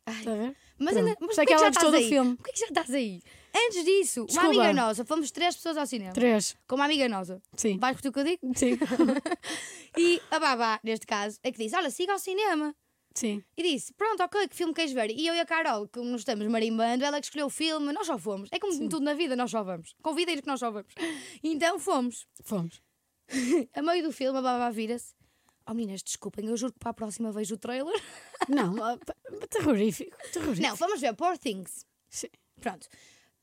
Speaker 1: Ai.
Speaker 3: Está a ver?
Speaker 1: Mas,
Speaker 3: Pronto.
Speaker 1: ainda, mas
Speaker 3: Sei que
Speaker 1: porquê que
Speaker 3: ela
Speaker 1: já
Speaker 3: gostou
Speaker 1: estás
Speaker 3: do
Speaker 1: aí?
Speaker 3: filme.
Speaker 1: Porquê que já estás aí? Antes disso,
Speaker 3: Desculpa.
Speaker 1: uma amiga nossa, fomos três pessoas ao cinema.
Speaker 3: Três.
Speaker 1: Com uma amiga nossa.
Speaker 3: Sim.
Speaker 1: Vais curtir o que eu digo?
Speaker 3: Sim.
Speaker 1: E a babá, neste caso, é que disse: Olha, siga ao cinema.
Speaker 3: Sim.
Speaker 1: E disse: Pronto, ok, que filme queres ver? E eu e a Carol, que nos estamos marimbando, ela que escolheu o filme, nós só fomos. É como tudo na vida, nós só vamos. Convida a ir que nós só vamos. E então fomos.
Speaker 3: Fomos.
Speaker 1: A meio do filme, a babá vira-se: Oh meninas, desculpem, eu juro que para a próxima vejo o trailer.
Speaker 3: Não, ah, pa- terrorífico. Terrorífico.
Speaker 1: Não, vamos ver Poor Things.
Speaker 3: Sim.
Speaker 1: Pronto.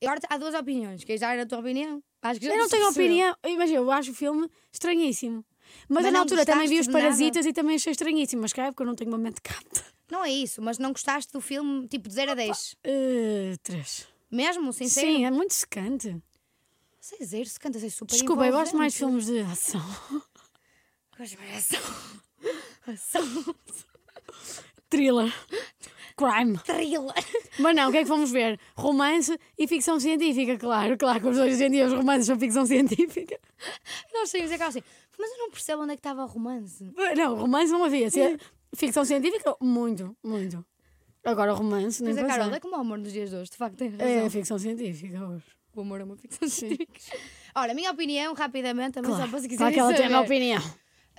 Speaker 1: Agora há duas opiniões. Queres dar a tua opinião? Acho que já
Speaker 3: Eu não
Speaker 1: se
Speaker 3: tenho
Speaker 1: percebeu.
Speaker 3: opinião. Imagina, eu acho o filme estranhíssimo. Mas,
Speaker 1: Mas
Speaker 3: eu na
Speaker 1: não
Speaker 3: altura também vi os
Speaker 1: gostaste de nada?
Speaker 3: parasitas e também achei estranhíssimo. Mas calhar é porque eu não tenho uma mente capta.
Speaker 1: Não é isso, mas não gostaste do filme tipo de 0 a 10.
Speaker 3: Eh, três.
Speaker 1: Mesmo, sincero?
Speaker 3: Sim, é muito secante.
Speaker 1: Sei zero, se canta, sei super
Speaker 3: Desculpa, eu gosto
Speaker 1: envolvente. é
Speaker 3: mais de filmes de ação.
Speaker 1: um Gosto mais de ação. Ação.
Speaker 3: Thriller. Crime.
Speaker 1: Thriller.
Speaker 3: Mas não, o que é que vamos ver? Romance e ficção científica, claro, claro que os dois hoje em dia os romances são ficção científica.
Speaker 1: Nós saímos daquela assim, mas eu não percebo onde é que estava o romance.
Speaker 3: Não, romance não havia. Se é ficção científica, muito, muito. Agora romance, nem
Speaker 1: Mas a Carol
Speaker 3: pensar.
Speaker 1: é como o amor nos dias de hoje, de facto, tem razão.
Speaker 3: É ficção científica hoje.
Speaker 1: O amor é uma ficção científica. Ora, a minha opinião, rapidamente, também só para se
Speaker 3: Claro que ela
Speaker 1: quiserem
Speaker 3: tem a
Speaker 1: saber.
Speaker 3: opinião.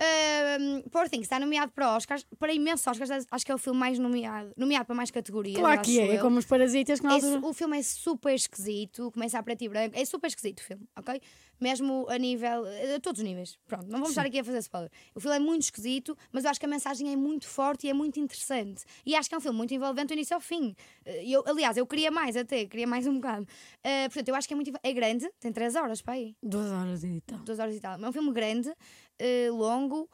Speaker 1: Ahm, Poor Things está nomeado para Oscars, para imensos Oscars, acho que é o filme mais nomeado, nomeado para mais categorias.
Speaker 3: Claro
Speaker 1: acho
Speaker 3: que é, é
Speaker 1: eu.
Speaker 3: como os parasitas que
Speaker 1: É
Speaker 3: nós.
Speaker 1: su- o filme é super esquisito, começa a preto e branco, é super esquisito o filme, ok? Mesmo a nível, eh, a todos os níveis, pronto, não vamos estar aqui a fazer spoiler. O filme é muito esquisito, mas eu acho que a mensagem é muito forte e é muito interessante. E acho que é um filme muito envolvente do início ao fim. Eh, Eu, aliás, eu queria mais até, queria mais um bocado. Eh, portanto, eu acho que é muito. envol- É grande, tem 3 horas para aí,
Speaker 3: Duas horas e tal.
Speaker 1: 2 horas e tal. É um filme grande, eh, longo,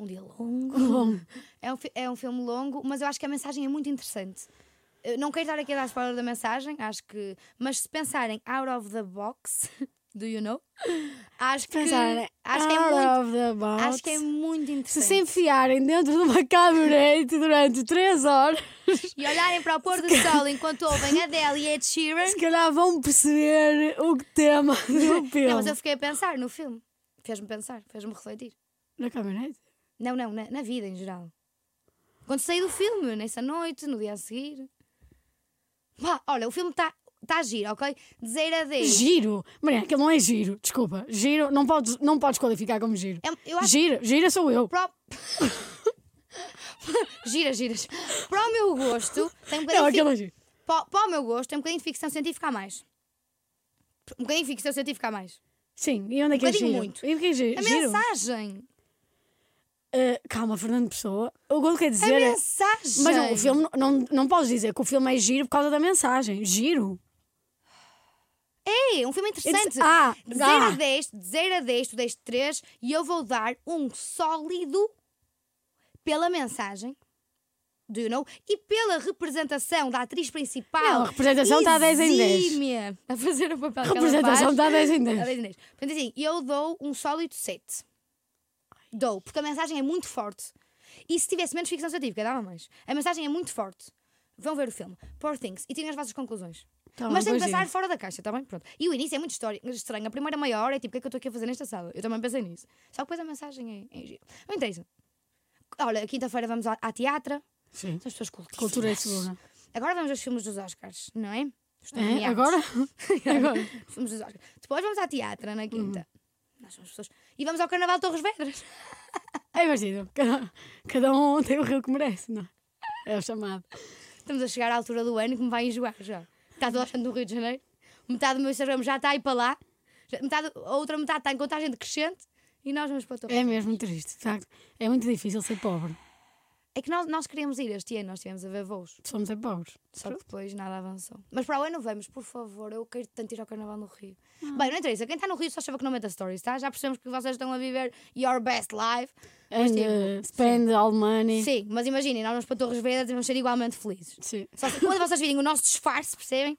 Speaker 1: um dia longo.
Speaker 3: Bom,
Speaker 1: É um, fi- é um filme longo, mas eu acho que a mensagem é muito interessante. Eu não quero estar aqui a dar spoiler da mensagem, acho que. Mas se pensarem out of the box, do you know? Acho que,
Speaker 3: pensar.
Speaker 1: acho que é
Speaker 3: out
Speaker 1: muito.
Speaker 3: of the box.
Speaker 1: Acho que é muito
Speaker 3: Se
Speaker 1: interessante.
Speaker 3: se enfiarem dentro de uma caminhonete durante 3 horas,
Speaker 1: E olharem para o pôr do sol enquanto ouvem Adele e Ed Sheeran.
Speaker 3: se calhar vão perceber o tema do filme.
Speaker 1: Não, mas eu fiquei a pensar no filme. Fez-me pensar, fez-me refletir.
Speaker 3: Na caminhonete?
Speaker 1: Não, não, na, na vida em geral. Quando saí do filme, nessa noite, no dia a seguir. Pá, olha, o filme está tá a giro, ok? De 0 a 10.
Speaker 3: Giro! Mariana, aquilo não é giro, desculpa. Giro, não podes, não podes qualificar como giro.
Speaker 1: É- eu acho
Speaker 3: Gira, gira sou eu.
Speaker 1: Pro... giras, giras. Para o meu gosto, tem um
Speaker 3: Não,
Speaker 1: bocadinho. de
Speaker 3: aquilo
Speaker 1: fi-
Speaker 3: é giro.
Speaker 1: Para, para o meu gosto, tem um bocadinho de ficção científica a mais. Um bocadinho de ficção científica a mais.
Speaker 3: Sim, e onde é que
Speaker 1: Um
Speaker 3: é
Speaker 1: bocadinho
Speaker 3: giro?
Speaker 1: muito.
Speaker 3: E o que é giro?
Speaker 1: A
Speaker 3: Giro?
Speaker 1: mensagem!
Speaker 3: Ah, calma, Fernando Pessoa. O que ele quer
Speaker 1: A
Speaker 3: dizer é.
Speaker 1: mensagem!
Speaker 3: Mas não, o filme, não, não podes dizer que o filme é giro por causa da mensagem. Giro.
Speaker 1: É, um filme interessante.
Speaker 3: It's- ah,
Speaker 1: de 0 a
Speaker 3: ah.
Speaker 1: 10, de 0 a 10, tu deste 3 e eu vou dar um sólido pela mensagem. Do you know? E pela representação da atriz principal.
Speaker 3: Não, a representação está a 10 em 10.
Speaker 1: exímia A fazer o papel que ela
Speaker 3: Representação
Speaker 1: faz.
Speaker 3: está 10 em
Speaker 1: Tá
Speaker 3: 10.
Speaker 1: bem, Inês. Portanto, assim, eu dou um sólido 7. Dou, porque a mensagem é muito forte. E se tivesse menos ficção científica, dava mais. A mensagem é muito forte. Vão ver o filme. Poor Things. E tirem as vossas conclusões.
Speaker 3: Tá bem,
Speaker 1: Mas tem que
Speaker 3: pois
Speaker 1: pensar
Speaker 3: é.
Speaker 1: fora da caixa, está bem? Pronto. E o início é muito história- estranho. A primeira meia hora é tipo, o que é que eu estou aqui a fazer nesta sala? Eu também pensei nisso. Só que depois a mensagem é, é giro. Não interessa. Olha, quinta-feira vamos à, à teatra.
Speaker 3: Sim.
Speaker 1: São as pessoas cultíssimas.
Speaker 3: Cultura é segura.
Speaker 1: Agora vamos aos filmes dos Oscars, não é? Os
Speaker 3: É?
Speaker 1: nomeados.
Speaker 3: Agora? É Agora.
Speaker 1: Fomos dos Oscars. Depois vamos à teatra na quinta.
Speaker 3: Uhum.
Speaker 1: Nós somos pessoas. E vamos ao Carnaval de Torres Vedras.
Speaker 3: É divertido. Cada, cada um tem o rio que merece, não é? É o chamado.
Speaker 1: Estamos a chegar à altura do ano que me vai enjoar já. Está toda a gente no Rio de Janeiro. Metade do meu Instagram já está a ir para lá. Já- Metade, a outra metade está em contagem decrescente. E nós vamos para a Torres.
Speaker 3: É mesmo triste, de facto. É muito difícil ser pobre.
Speaker 1: É, que nós, nós queríamos ir este ano, nós estivemos a ver voos.
Speaker 3: Somos é pobres.
Speaker 1: Só que depois nada avançou. Mas para o ano vamos, por favor. Eu quero tanto ir ao Carnaval no Rio.
Speaker 3: Ah.
Speaker 1: Bem, não interessa. Quem está no Rio só chama que não meta stories, tá? Já percebemos que vocês estão a viver your best life. Mas,
Speaker 3: And,
Speaker 1: tipo,
Speaker 3: uh, spend all money.
Speaker 1: Sim, mas imaginem, nós vamos para Torres Vedras e vamos ser igualmente felizes.
Speaker 3: Sim.
Speaker 1: Só se- quando vocês virem o nosso disfarce, percebem?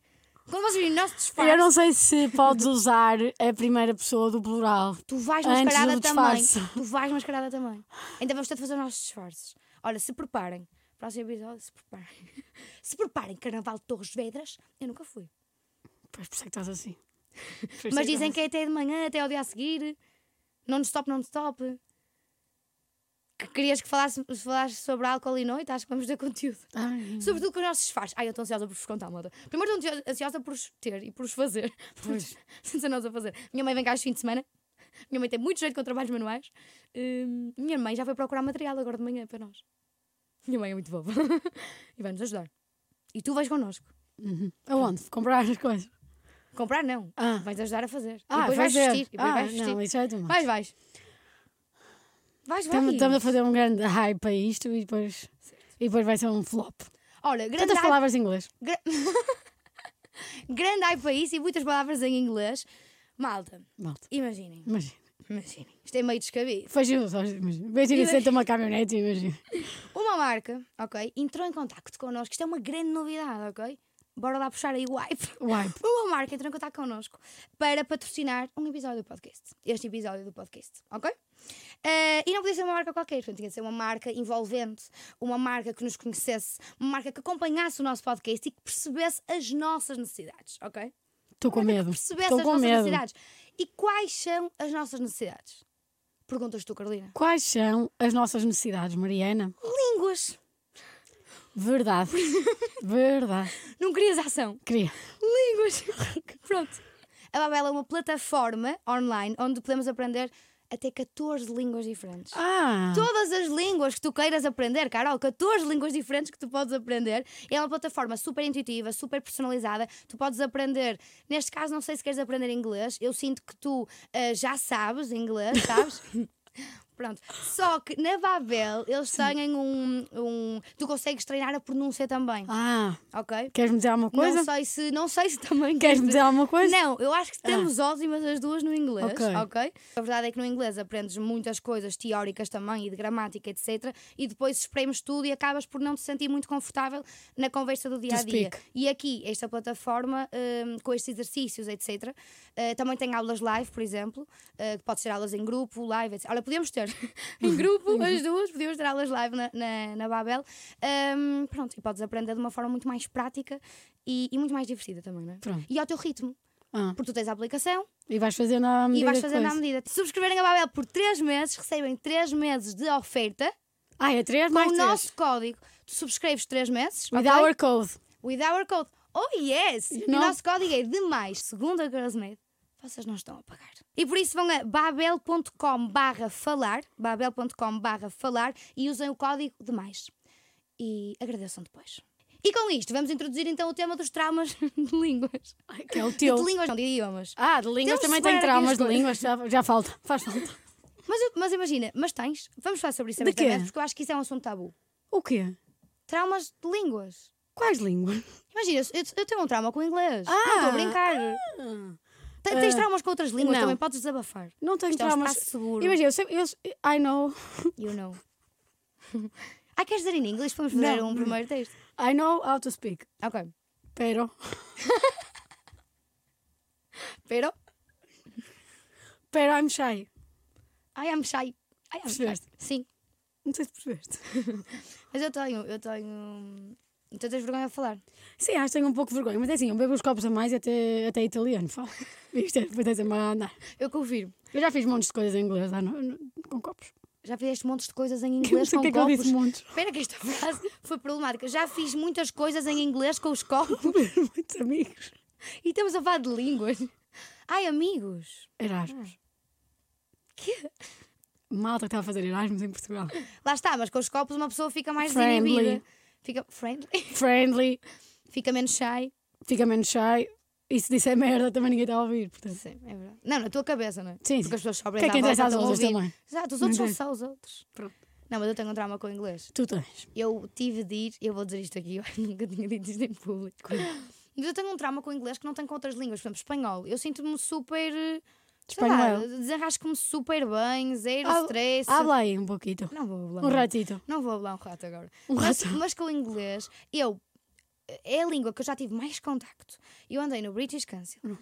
Speaker 1: Quando vocês virem o nosso disfarce,
Speaker 3: Eu não sei se podes usar a primeira pessoa do plural.
Speaker 1: tu vais
Speaker 3: Antes
Speaker 1: mascarada
Speaker 3: do
Speaker 1: também.
Speaker 3: disfarce.
Speaker 1: Tu vais mascarada também. Então vamos ter de fazer os nossos disfarces. Olha, se preparem. Próximo episódio, se preparem. Se preparem, Carnaval de Torres Vedras, eu nunca fui.
Speaker 3: Pois por isso é que estás assim. Por isso
Speaker 1: Mas
Speaker 3: que
Speaker 1: dizem
Speaker 3: estás
Speaker 1: que é até de manhã, até ao dia a seguir. Não stop, não stop. Que querias que falasse, falasse sobre álcool e noite? Acho que vamos ter conteúdo.
Speaker 3: assim. Ai,
Speaker 1: Sobretudo com os nossos disfarces. Ai, eu estou ansiosa por vos contar, malta. Primeiro estou ansio- ansiosa por os ter e por os fazer.
Speaker 3: Pois.
Speaker 1: Sem nós a fazer. Minha mãe vem cá aos fins de semana. Minha mãe tem muito jeito com trabalhos manuais. Hum, minha mãe já foi procurar material agora de manhã para nós. Minha mãe é muito boba. e vai nos ajudar. E tu vais connosco.
Speaker 3: Aonde? Comprar as coisas.
Speaker 1: Comprar não.
Speaker 3: Ah.
Speaker 1: Vais ajudar a fazer. e
Speaker 3: Ah,
Speaker 1: depois vais
Speaker 3: fazer.
Speaker 1: vestir. E depois
Speaker 3: ah,
Speaker 1: vais vestir.
Speaker 3: Não, isso já é demais.
Speaker 1: Vais, vais. Vais, vais.
Speaker 3: Estamos, estamos a fazer um grande hype a isto e depois, e depois vai ser um flop.
Speaker 1: Olha, grande
Speaker 3: Tantas
Speaker 1: hype,
Speaker 3: palavras em inglês.
Speaker 1: grande hype para isso e muitas palavras em inglês. Malta,
Speaker 3: Malta,
Speaker 1: imaginem.
Speaker 3: imagina.
Speaker 1: Imaginem. Isto é meio descabido.
Speaker 3: Fugiu, só imagina. Imagina senta uma caminhonete, imagina.
Speaker 1: Uma marca, ok, entrou em contacto connosco. Isto é uma grande novidade, ok? bora lá puxar aí o wipe.
Speaker 3: Wipe.
Speaker 1: Uma marca entrou em contato connosco para patrocinar um episódio do podcast. Este episódio do podcast, ok? Eh, e não podia ser uma marca qualquer, portanto, tinha de ser uma marca envolvente, uma marca que nos conhecesse, uma marca que acompanhasse o nosso podcast e que percebesse as nossas necessidades, ok?
Speaker 3: Estou com medo.
Speaker 1: Percebesse
Speaker 3: Estou
Speaker 1: é as
Speaker 3: com
Speaker 1: nossas
Speaker 3: medo.
Speaker 1: necessidades. E quais são as nossas necessidades? Perguntas tu, Carolina.
Speaker 3: Quais são as nossas necessidades, Mariana?
Speaker 1: Línguas.
Speaker 3: Verdade. Verdade.
Speaker 1: Não querias ação.
Speaker 3: Queria.
Speaker 1: Línguas. Pronto. A Babel é uma plataforma online onde podemos aprender até 14 línguas diferentes.
Speaker 3: Ah!
Speaker 1: Todas as línguas que tu queiras aprender, Carol, 14 línguas diferentes que tu podes aprender. É uma plataforma super intuitiva, super personalizada. Tu podes aprender, neste caso, não sei se queres aprender inglês. Eu sinto que tu eh, já sabes inglês, sabes? Pronto. Só que na Babel eles têm um, um. Tu consegues treinar a pronúncia também,
Speaker 3: Ah!
Speaker 1: ok?
Speaker 3: Queres-me dizer alguma coisa?
Speaker 1: Não sei se, não sei se também
Speaker 3: Queres-me dizer alguma coisa? Ah.
Speaker 1: Não, eu acho que temos ótimas as duas no inglês,
Speaker 3: Ok.
Speaker 1: ok? A verdade é que no inglês aprendes muitas coisas teóricas também e de gramática, etc. E depois espremes tudo e acabas por não te sentir muito confortável na conversa do dia a dia.
Speaker 3: speak.
Speaker 1: E aqui, esta plataforma, hum, com estes exercícios, etc., eh, também tem aulas live, por exemplo, eh, que pode ser aulas em grupo, live, etc. Olha, podemos ter em grupo as duas, podemos ter aulas live na, na, na Babel. Hum, pronto, e podes aprender de uma forma muito mais prática e, e muito mais divertida também, não é?
Speaker 3: Pronto.
Speaker 1: E ao teu ritmo.
Speaker 3: Ah,
Speaker 1: Porque tu tens a aplicação
Speaker 3: e vais fazer na medida
Speaker 1: e vais
Speaker 3: que
Speaker 1: fazendo à
Speaker 3: coisa.
Speaker 1: medida. Se subscreverem a Babel por 3 meses, recebem 3 meses de oferta
Speaker 3: Ah, é três
Speaker 1: com
Speaker 3: mais
Speaker 1: o
Speaker 3: três.
Speaker 1: nosso código. Tu subscreves 3 meses
Speaker 3: With
Speaker 1: ok?
Speaker 3: our code.
Speaker 1: With our code. Oh yes! E
Speaker 3: Não.
Speaker 1: o nosso código é demais. Segundo a Girls Made, vocês não estão a pagar. E por isso vão a babel.com barra falar, babel.com barra falar e usem o código demais. E agradeçam depois. E com isto, vamos introduzir então o tema dos traumas de línguas.
Speaker 3: Ai, que é o
Speaker 1: De
Speaker 3: teu.
Speaker 1: línguas, não, de idiomas.
Speaker 3: Ah, de línguas
Speaker 1: Temos
Speaker 3: também
Speaker 1: de separar
Speaker 3: tem
Speaker 1: aqui
Speaker 3: traumas
Speaker 1: as
Speaker 3: de
Speaker 1: coisas.
Speaker 3: línguas. Já, já falta. Faz falta.
Speaker 1: Mas, eu- mas imagina, mas tens. Vamos falar sobre isso
Speaker 3: De quê?
Speaker 1: abertamente, porque eu acho que isso é um assunto tabu.
Speaker 3: O quê?
Speaker 1: Traumas de línguas.
Speaker 3: Quais línguas?
Speaker 1: Imagina, eu, eu tenho um trauma com o inglês.
Speaker 3: Ah!
Speaker 1: não estou a brincar. Te- Tens traumas com outras línguas
Speaker 3: não.
Speaker 1: também, podes desabafar.
Speaker 3: Não tenho
Speaker 1: Isto é um
Speaker 3: traumas.
Speaker 1: espaço seguro.
Speaker 3: Imagina, eu sempre. Eu, I know.
Speaker 1: You know. ah, queres dizer em inglês? Vamos fazer
Speaker 3: Não.
Speaker 1: um primeiro texto.
Speaker 3: I know how to speak.
Speaker 1: Ok.
Speaker 3: Pero.
Speaker 1: Pero,
Speaker 3: Pero I'm shy.
Speaker 1: I am shy. I am shy.
Speaker 3: Percebeste?
Speaker 1: Sim.
Speaker 3: Não sei se percebeste.
Speaker 1: Mas eu tenho, eu tenho. Então tens vergonha de falar.
Speaker 3: Sim, acho que tenho um pouco de vergonha. Mas é assim, eu bebo os copos a mais e até, até italiano. Fala. Isto é, depois é sempre a andar.
Speaker 1: Eu confirmo.
Speaker 3: Eu já fiz montes de coisas em inglês lá no- no- com copos.
Speaker 1: Já fizeste montes de coisas em
Speaker 3: Eu não
Speaker 1: inglês
Speaker 3: sei
Speaker 1: com
Speaker 3: o que é que eu
Speaker 1: copos.
Speaker 3: disse montes.
Speaker 1: Espera que esta frase foi problemática. Já fiz muitas coisas em inglês com os copos
Speaker 3: Muitos amigos.
Speaker 1: e estamos a falar de línguas. Ai, amigos.
Speaker 3: Erasmus.
Speaker 1: Que-
Speaker 3: Malta que está a fazer Erasmus em Portugal.
Speaker 1: Lá está, mas com os copos uma pessoa fica mais
Speaker 3: Friendly.
Speaker 1: desinibida. Fica friendly.
Speaker 3: Friendly.
Speaker 1: Fica menos shy.
Speaker 3: Fica menos shy. E se disser merda também ninguém está a ouvir. Portanto.
Speaker 1: Sim, é verdade. Não, na tua cabeça, não é?
Speaker 3: Sim,
Speaker 1: Porque as
Speaker 3: sim.
Speaker 1: pessoas
Speaker 3: O
Speaker 1: sobram
Speaker 3: que é que interessa às outras também?
Speaker 1: Exato, os outros
Speaker 3: Não
Speaker 1: são
Speaker 3: interessa.
Speaker 1: só os outros.
Speaker 3: Pronto.
Speaker 1: Não, mas eu tenho um trauma com o inglês.
Speaker 3: Tu tens.
Speaker 1: Eu tive de ir, eu vou dizer isto aqui, eu nunca tinha dito isto em público. Mas eu tenho um trauma com o inglês que não tenho com outras línguas, por exemplo, espanhol. Eu sinto-me super. eh, sei lá,
Speaker 3: Espanhol.
Speaker 1: Desenrasco-me super bem, zero
Speaker 3: Hab-
Speaker 1: stress.
Speaker 3: Habla aí um pouquinho.
Speaker 1: Não vou hablar.
Speaker 3: Um ratito.
Speaker 1: Não vou hablar um rato agora.
Speaker 3: Um
Speaker 1: mas,
Speaker 3: rato.
Speaker 1: mas com o inglês, eu. É a língua que eu já tive mais contacto. Eu andei no British Council.
Speaker 3: Um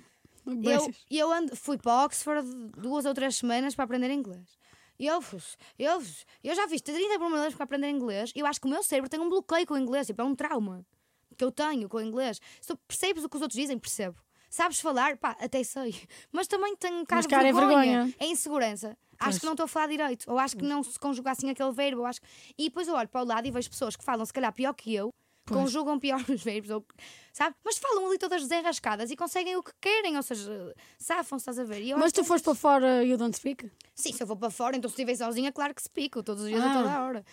Speaker 1: Eu,
Speaker 3: Beijos.
Speaker 1: eu ando, fui para Oxford duas ou três semanas para aprender inglês. E Eu, fiz- eu, fiz- eu já fiz 30 problemas para aprender inglês e eu acho que o meu cérebro tem um bloqueio com o inglês, tipo, é um trauma que eu tenho com o inglês. Se tu percebes o que os outros dizem, percebo. Sabes falar? Pá, até sei. Mas também tenho um bocado
Speaker 3: Mas,
Speaker 1: de
Speaker 3: cara, é
Speaker 1: vergonha.
Speaker 3: vergonha.
Speaker 1: É insegurança.
Speaker 3: Pois.
Speaker 1: Acho que não estou a falar direito. Ou acho que não se conjuga assim aquele verbo. Ou acho... E depois eu olho para o lado e vejo pessoas que falam, se calhar, pior que eu,
Speaker 3: Pois.
Speaker 1: conjugam pior os verbos, ou... sabe? Mas falam ali todas desenrascadas e conseguem o que querem, ou seja, safam-se, estás a ver? E eu
Speaker 3: Mas
Speaker 1: acho
Speaker 3: tu
Speaker 1: que-
Speaker 3: foste para fora e o don't speak?
Speaker 1: Sim, se eu vou para fora, então se estiver sozinha, claro que se pico, todos os dias,
Speaker 3: Ah.
Speaker 1: a toda a hora.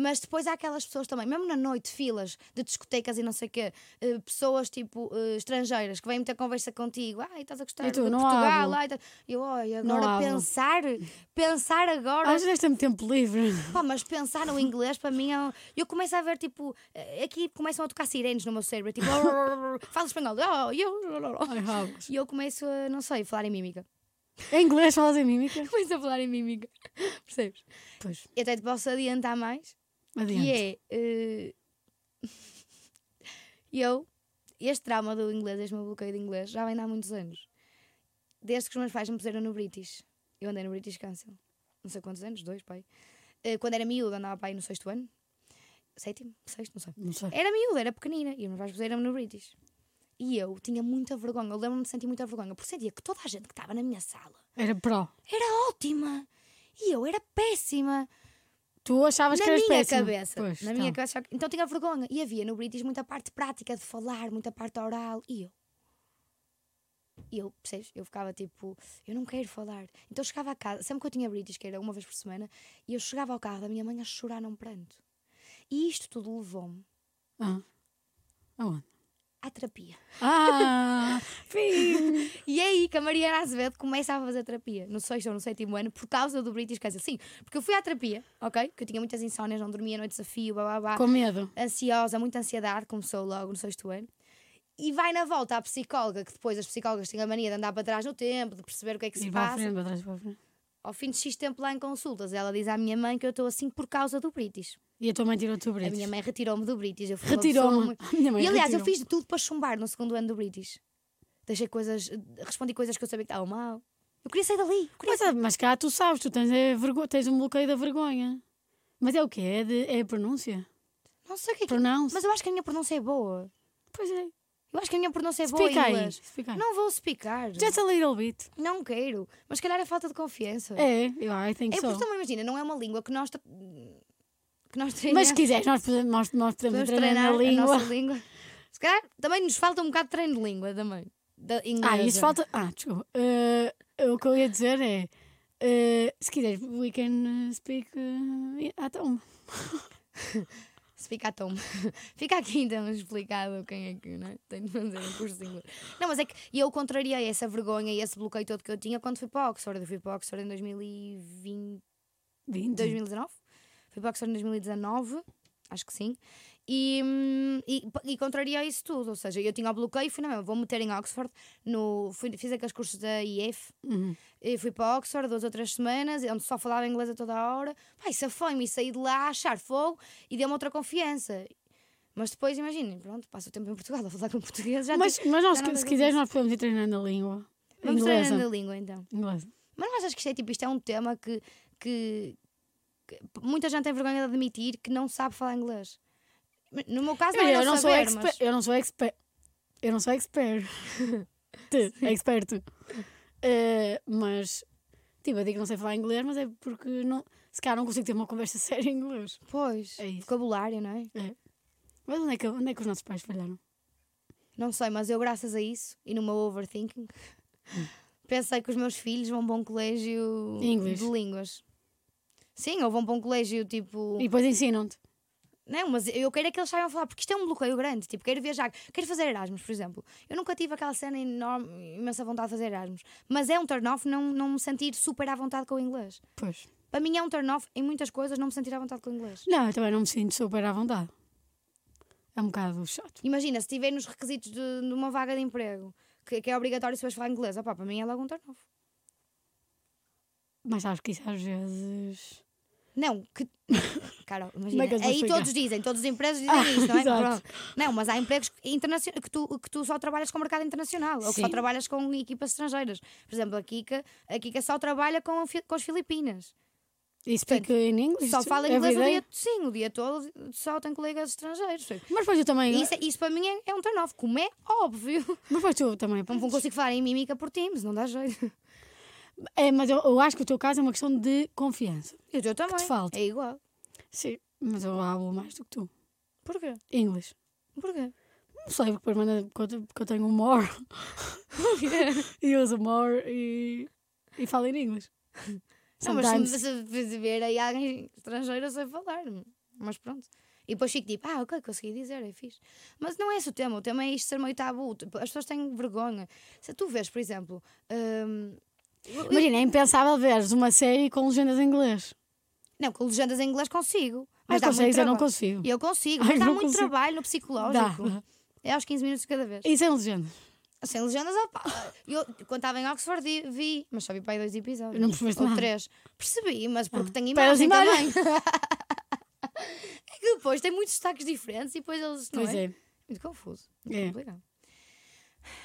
Speaker 1: Mas depois há aquelas pessoas também, mesmo na noite, filas de discotecas e não sei o quê, eh, pessoas tipo eh, estrangeiras que vêm muita conversa contigo. Ai, estás a gostar
Speaker 3: E tu,
Speaker 1: de
Speaker 3: "Não
Speaker 1: Portugal?
Speaker 3: hablo."
Speaker 1: Ai, tá- E eu, ai,
Speaker 3: Não
Speaker 1: agora
Speaker 3: hablo.
Speaker 1: pensar, pensar agora.
Speaker 3: Às vezes temos tempo livre.
Speaker 1: Pá, mas pensar no inglês para mim é. um- Eu começo a ver tipo. eh, Aqui começam a tocar sirenes no meu cérebro. Tipo. falo espanhol. oh, eu-
Speaker 3: Ai, rabos.
Speaker 1: E eu começo a, não sei, falar em mímica.
Speaker 3: Em inglês falas em mímica?
Speaker 1: Começo a falar em mímica. Percebes?
Speaker 3: Pois.
Speaker 1: Eu até te posso adiantar mais.
Speaker 3: Adiante.
Speaker 1: Que é. eh, eu este drama do inglês, este meu bloqueio de inglês, já vem há muitos anos. Desde que os meus pais me puseram no British. Eu andei no British Council. Não sei quantos anos, dois, pai. Eh, Quando era miúdo, andava pai no sexto ano. Sétimo, sexto, não sei.
Speaker 3: Não sei.
Speaker 1: Era miúda, era pequenina. E os meus pais puseram-me no British. E eu tinha muita vergonha. Eu lembro-me de sentir muita vergonha. Porque sentia que toda a gente que estava na minha sala
Speaker 3: Era pró.
Speaker 1: era ótima. E eu era péssima.
Speaker 3: Tu achavas
Speaker 1: na
Speaker 3: que eras
Speaker 1: minha
Speaker 3: péssima.
Speaker 1: cabeça.
Speaker 3: Pois,
Speaker 1: na
Speaker 3: tá.
Speaker 1: minha cabeça. Então tinha vergonha. E havia no British muita parte prática de falar, muita parte oral. E eu. E eu, percebes? Eu ficava tipo, eu não quero falar. Então eu chegava a casa, sempre que eu tinha British, que era uma vez por semana, e eu chegava ao carro da minha mãe a chorar num pranto. E isto tudo levou-me
Speaker 3: Ah. Aonde?
Speaker 1: à terapia.
Speaker 3: Ah! Fim!
Speaker 1: E é aí que a Mariana Azevedo começa a fazer terapia, no sexto ou no sétimo ano, por causa do British Council. Sim, porque eu fui à terapia, ok? Que eu tinha muitas insónias, não dormia, noite de desafio, blá blá blá.
Speaker 3: Com medo.
Speaker 1: Ansiosa, muita ansiedade, começou logo no sexto ano. E vai na volta à psicóloga, que depois as psicólogas têm a mania de andar para trás no tempo, de perceber o que é que se
Speaker 3: E para a
Speaker 1: passa.
Speaker 3: frente, para trás, para a frente.
Speaker 1: Ao fim de X tempo lá em consultas, ela diz à minha mãe que eu estou assim por causa do British.
Speaker 3: E a tua mãe tirou-te o
Speaker 1: A minha
Speaker 3: brito.
Speaker 1: mãe retirou-me do British. Eu fui uma pessoa
Speaker 3: Retirou-me.
Speaker 1: muito-
Speaker 3: A minha mãe
Speaker 1: e aliás, eu
Speaker 3: retirou-me.
Speaker 1: fiz de tudo para chumbar no segundo ano do British. Deixei coisas. Respondi coisas que eu sabia que estavam mal. Eu queria sair dali. eu queria
Speaker 3: Mas, ah, mas cá tu sabes, tu tens, é vergo- tens um bloqueio da vergonha. Mas é o quê? É, de, é a pronúncia?
Speaker 1: sair- Não sei o que é que.
Speaker 3: Pronounce?
Speaker 1: Mas eu acho que a minha pronúncia é boa.
Speaker 3: Pois é.
Speaker 1: Eu acho que a minha pronúncia é boa
Speaker 3: Explica
Speaker 1: em
Speaker 3: aí.
Speaker 1: inglês.
Speaker 3: Explica aí.
Speaker 1: Não vou explicar.
Speaker 3: Just a little bit.
Speaker 1: Não quero. Mas se calhar é falta de confiança.
Speaker 3: É, eu I think
Speaker 1: É
Speaker 3: so.
Speaker 1: porque também imagina, não é uma língua que nós. tra- que nós treinamos.
Speaker 3: Mas se quiseres, nós podemos, nós, nós podemos
Speaker 1: podemos
Speaker 3: treinar,
Speaker 1: treinar
Speaker 3: na
Speaker 1: a
Speaker 3: língua.
Speaker 1: nossa língua. Se calhar também nos falta um bocado de treino de língua também. Da inglesa.
Speaker 3: Ah, isso falta. Ah, desculpa. Eh, o que eu ia dizer é. eh, se quiseres, we can eh, speak eh, at home.
Speaker 1: Se fica à toma. fica aqui então explicado quem é que não é? tem de fazer um curso de inglês. Não, mas é que eu contrariei essa vergonha e esse bloqueio todo que eu tinha quando fui para Oxford. Eu fui para Oxford em 2020,
Speaker 3: 20.
Speaker 1: 2019. Fui para Oxford em 2019, acho que sim. E, hum, e, e contrariei isso tudo. Ou seja, eu tinha o bloqueio e fui na mesma. Vou meter em Oxford. No, fui, fiz aqueles cursos da IF.
Speaker 3: Uhum.
Speaker 1: E fui para Oxford duas ou três semanas, onde só falava inglês a toda a hora. Pai, safei-me e saí de lá a achar fogo e deu-me outra confiança. Mas depois, imaginem, pronto, passo o tempo em Portugal a falar com português. Já
Speaker 3: Mas, mas nós,
Speaker 1: já não
Speaker 3: se
Speaker 1: tem
Speaker 3: quiseres, nós podemos ir treinando a língua.
Speaker 1: tenho- Vamos
Speaker 3: inglesa.
Speaker 1: treinando a língua então.
Speaker 3: Inglesa.
Speaker 1: Mas não achas que isto é, tipo, isto é um tema que, que, que muita gente tem vergonha de admitir que não sabe falar inglês? No meu caso, não
Speaker 3: Olha,
Speaker 1: é
Speaker 3: eu, não sou
Speaker 1: saber,
Speaker 3: expert,
Speaker 1: mas-
Speaker 3: eu não sou expert. Eu não sou expert. Te, experto. Eh, mas, tipo, eu digo que não sei falar inglês, mas é porque não, se calhar não consigo ter uma conversa séria em inglês.
Speaker 1: Pois,
Speaker 3: É isso.
Speaker 1: vocabulário, não é?
Speaker 3: Mas onde é que, onde é que os nossos pais falharam?
Speaker 1: Não sei, mas eu, graças a isso e no meu overthinking,
Speaker 3: Hum.
Speaker 1: pensei que os meus filhos vão para um colégio
Speaker 3: Inglês.
Speaker 1: de línguas. Sim, ou vão para um colégio tipo.
Speaker 3: E depois ensinam-te.
Speaker 1: Não, mas eu quero é que eles saibam falar, porque isto é um bloqueio grande. Tipo, quero viajar, quero fazer Erasmus, por exemplo. Eu nunca tive aquela cena enorme, imensa vontade de fazer Erasmus. Mas é um turn-off não, não me sentir super à vontade com o inglês.
Speaker 3: Pois.
Speaker 1: Para mim é um turn-off em muitas coisas não me sentir à vontade com o inglês.
Speaker 3: Não, eu também não me sinto super à vontade. É um bocado chato.
Speaker 1: Imagina, se estiver nos requisitos de, de uma vaga de emprego, que, que é obrigatório se vais falar inglês, opá, para mim é logo um turn-off.
Speaker 3: Mas sabes que isso às vezes.
Speaker 1: Não, que. Carol, imagina.
Speaker 3: é que eles vão
Speaker 1: aí
Speaker 3: explicar? Ah,
Speaker 1: todos dizem, todas as empresas dizem isso, não é?
Speaker 3: exato.
Speaker 1: Pronto. Não, mas há empregos internacion- que, tu, que tu só trabalhas com mercado internacional ou que só
Speaker 3: Sim.
Speaker 1: trabalhas com equipas estrangeiras. Por exemplo, a Kika, a Kika só trabalha com, fi- com as Filipinas.
Speaker 3: E speak in English?
Speaker 1: Só fala
Speaker 3: every
Speaker 1: inglês o
Speaker 3: day?
Speaker 1: dia, sim, o dia todo, só tem colegas estrangeiros.
Speaker 3: Mas depois eu também.
Speaker 1: Isso, é- isso para mim é, é um turn-off, como é óbvio.
Speaker 3: Mas depois tu também. um
Speaker 1: Não vou- consigo falar em mímica por Teams, não dá jeito.
Speaker 3: É, mas eu, eu acho que o teu caso é uma questão de confiança.
Speaker 1: E o teu também.
Speaker 3: falta?
Speaker 1: É igual.
Speaker 3: Sim, mas eu hablo mais do que tu.
Speaker 1: Porquê?
Speaker 3: Inglês.
Speaker 1: Porquê?
Speaker 3: Não sei, porque depois manda- porque eu te- porque eu tenho um more e uso more e, e falo em inglês.
Speaker 1: Não, mas se me
Speaker 3: Sometimes.
Speaker 1: se se ver aí alguém estrangeiro, eu sei falar. Mas pronto. E depois fico tipo, ah, ok, consegui dizer, é fixe. Mas não é esse o tema, o tema é isto ser meio tabu. Tipo, As pessoas têm vergonha. Se tu vês, por exemplo, hum, eu- eu-
Speaker 3: Imagina, é impensável veres uma série com legendas em inglês.
Speaker 1: não, com legendas em inglês consigo.
Speaker 3: Mas
Speaker 1: Mas dá muito
Speaker 3: consegues, eu não
Speaker 1: trabalho.
Speaker 3: consigo.
Speaker 1: Eu consigo,
Speaker 3: Ai,
Speaker 1: mas dá
Speaker 3: não
Speaker 1: muito
Speaker 3: consigo.
Speaker 1: trabalho no psicológico.
Speaker 3: Dá. é um
Speaker 1: É aos 15 minutos cada vez.
Speaker 3: E sem legendas.
Speaker 1: Sem legendas, opa, eu quando estava em Oxford vi, vi, mas só vi para aí dois episódios.
Speaker 3: Não percebeste
Speaker 1: Ou
Speaker 3: nada. Ah,
Speaker 1: três. Percebi, mas porque tenho
Speaker 3: Para as
Speaker 1: imagem também. é que depois tem muitos destaques diferentes e depois eles. Não
Speaker 3: Pois
Speaker 1: é?
Speaker 3: é.
Speaker 1: Muito confuso.
Speaker 3: É.
Speaker 1: Muito complicado.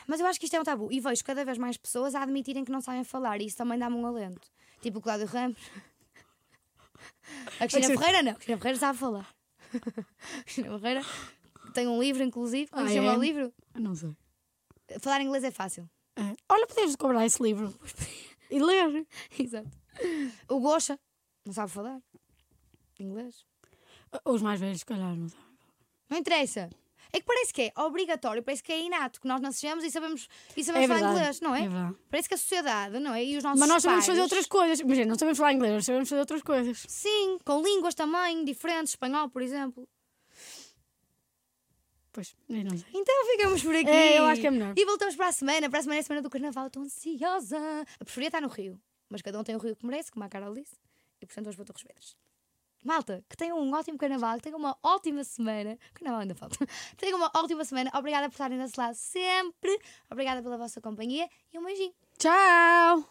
Speaker 1: Mas eu acho que isto é um tabu. E vejo cada vez mais pessoas a admitirem que não sabem falar. E isso também dá-me um alento. Tipo o Cláudio Ramos. A Cristina
Speaker 3: Cristina-
Speaker 1: Ferreira não. A Cristina Ferreira sabe falar. A Cristina Ferreira tem um livro, inclusive. Como
Speaker 3: Ah,
Speaker 1: se chama
Speaker 3: é?
Speaker 1: o livro?
Speaker 3: Ah, Não sei.
Speaker 1: Falar inglês é fácil.
Speaker 3: É. Olha, podemos cobrar esse livro e ler.
Speaker 1: Exato. O Gosha não sabe falar inglês.
Speaker 3: Os mais velhos, se calhar, não sabem.
Speaker 1: Não interessa. É que parece que é obrigatório, parece que é inato, que nós nascemos e sabemos, e sabemos
Speaker 3: É
Speaker 1: falar
Speaker 3: verdade,
Speaker 1: inglês, não é?
Speaker 3: é verdade.
Speaker 1: Parece que a sociedade, não é? E os nossos
Speaker 3: Mas nós sabemos
Speaker 1: pais,
Speaker 3: fazer outras coisas. Imagina, não sabemos falar inglês, mas sabemos fazer outras coisas.
Speaker 1: Sim, com línguas também diferentes, espanhol, por exemplo.
Speaker 3: Pois, eu não sei.
Speaker 1: Então ficamos por aqui.
Speaker 3: É, eu acho que é melhor.
Speaker 1: E voltamos para a semana. Para a semana é a semana do carnaval. Estou ansiosa. Eu preferia estar no Rio, mas cada um tem o Rio que merece, como a Carol disse. E portanto hoje vou Torres Vedras. Malta, que tenham um ótimo carnaval, que tenham uma ótima semana. Carnaval ainda falta. Que tenham uma ótima semana. Obrigada por estarem desse lado sempre. Obrigada pela vossa companhia e um beijinho.
Speaker 3: Tchau!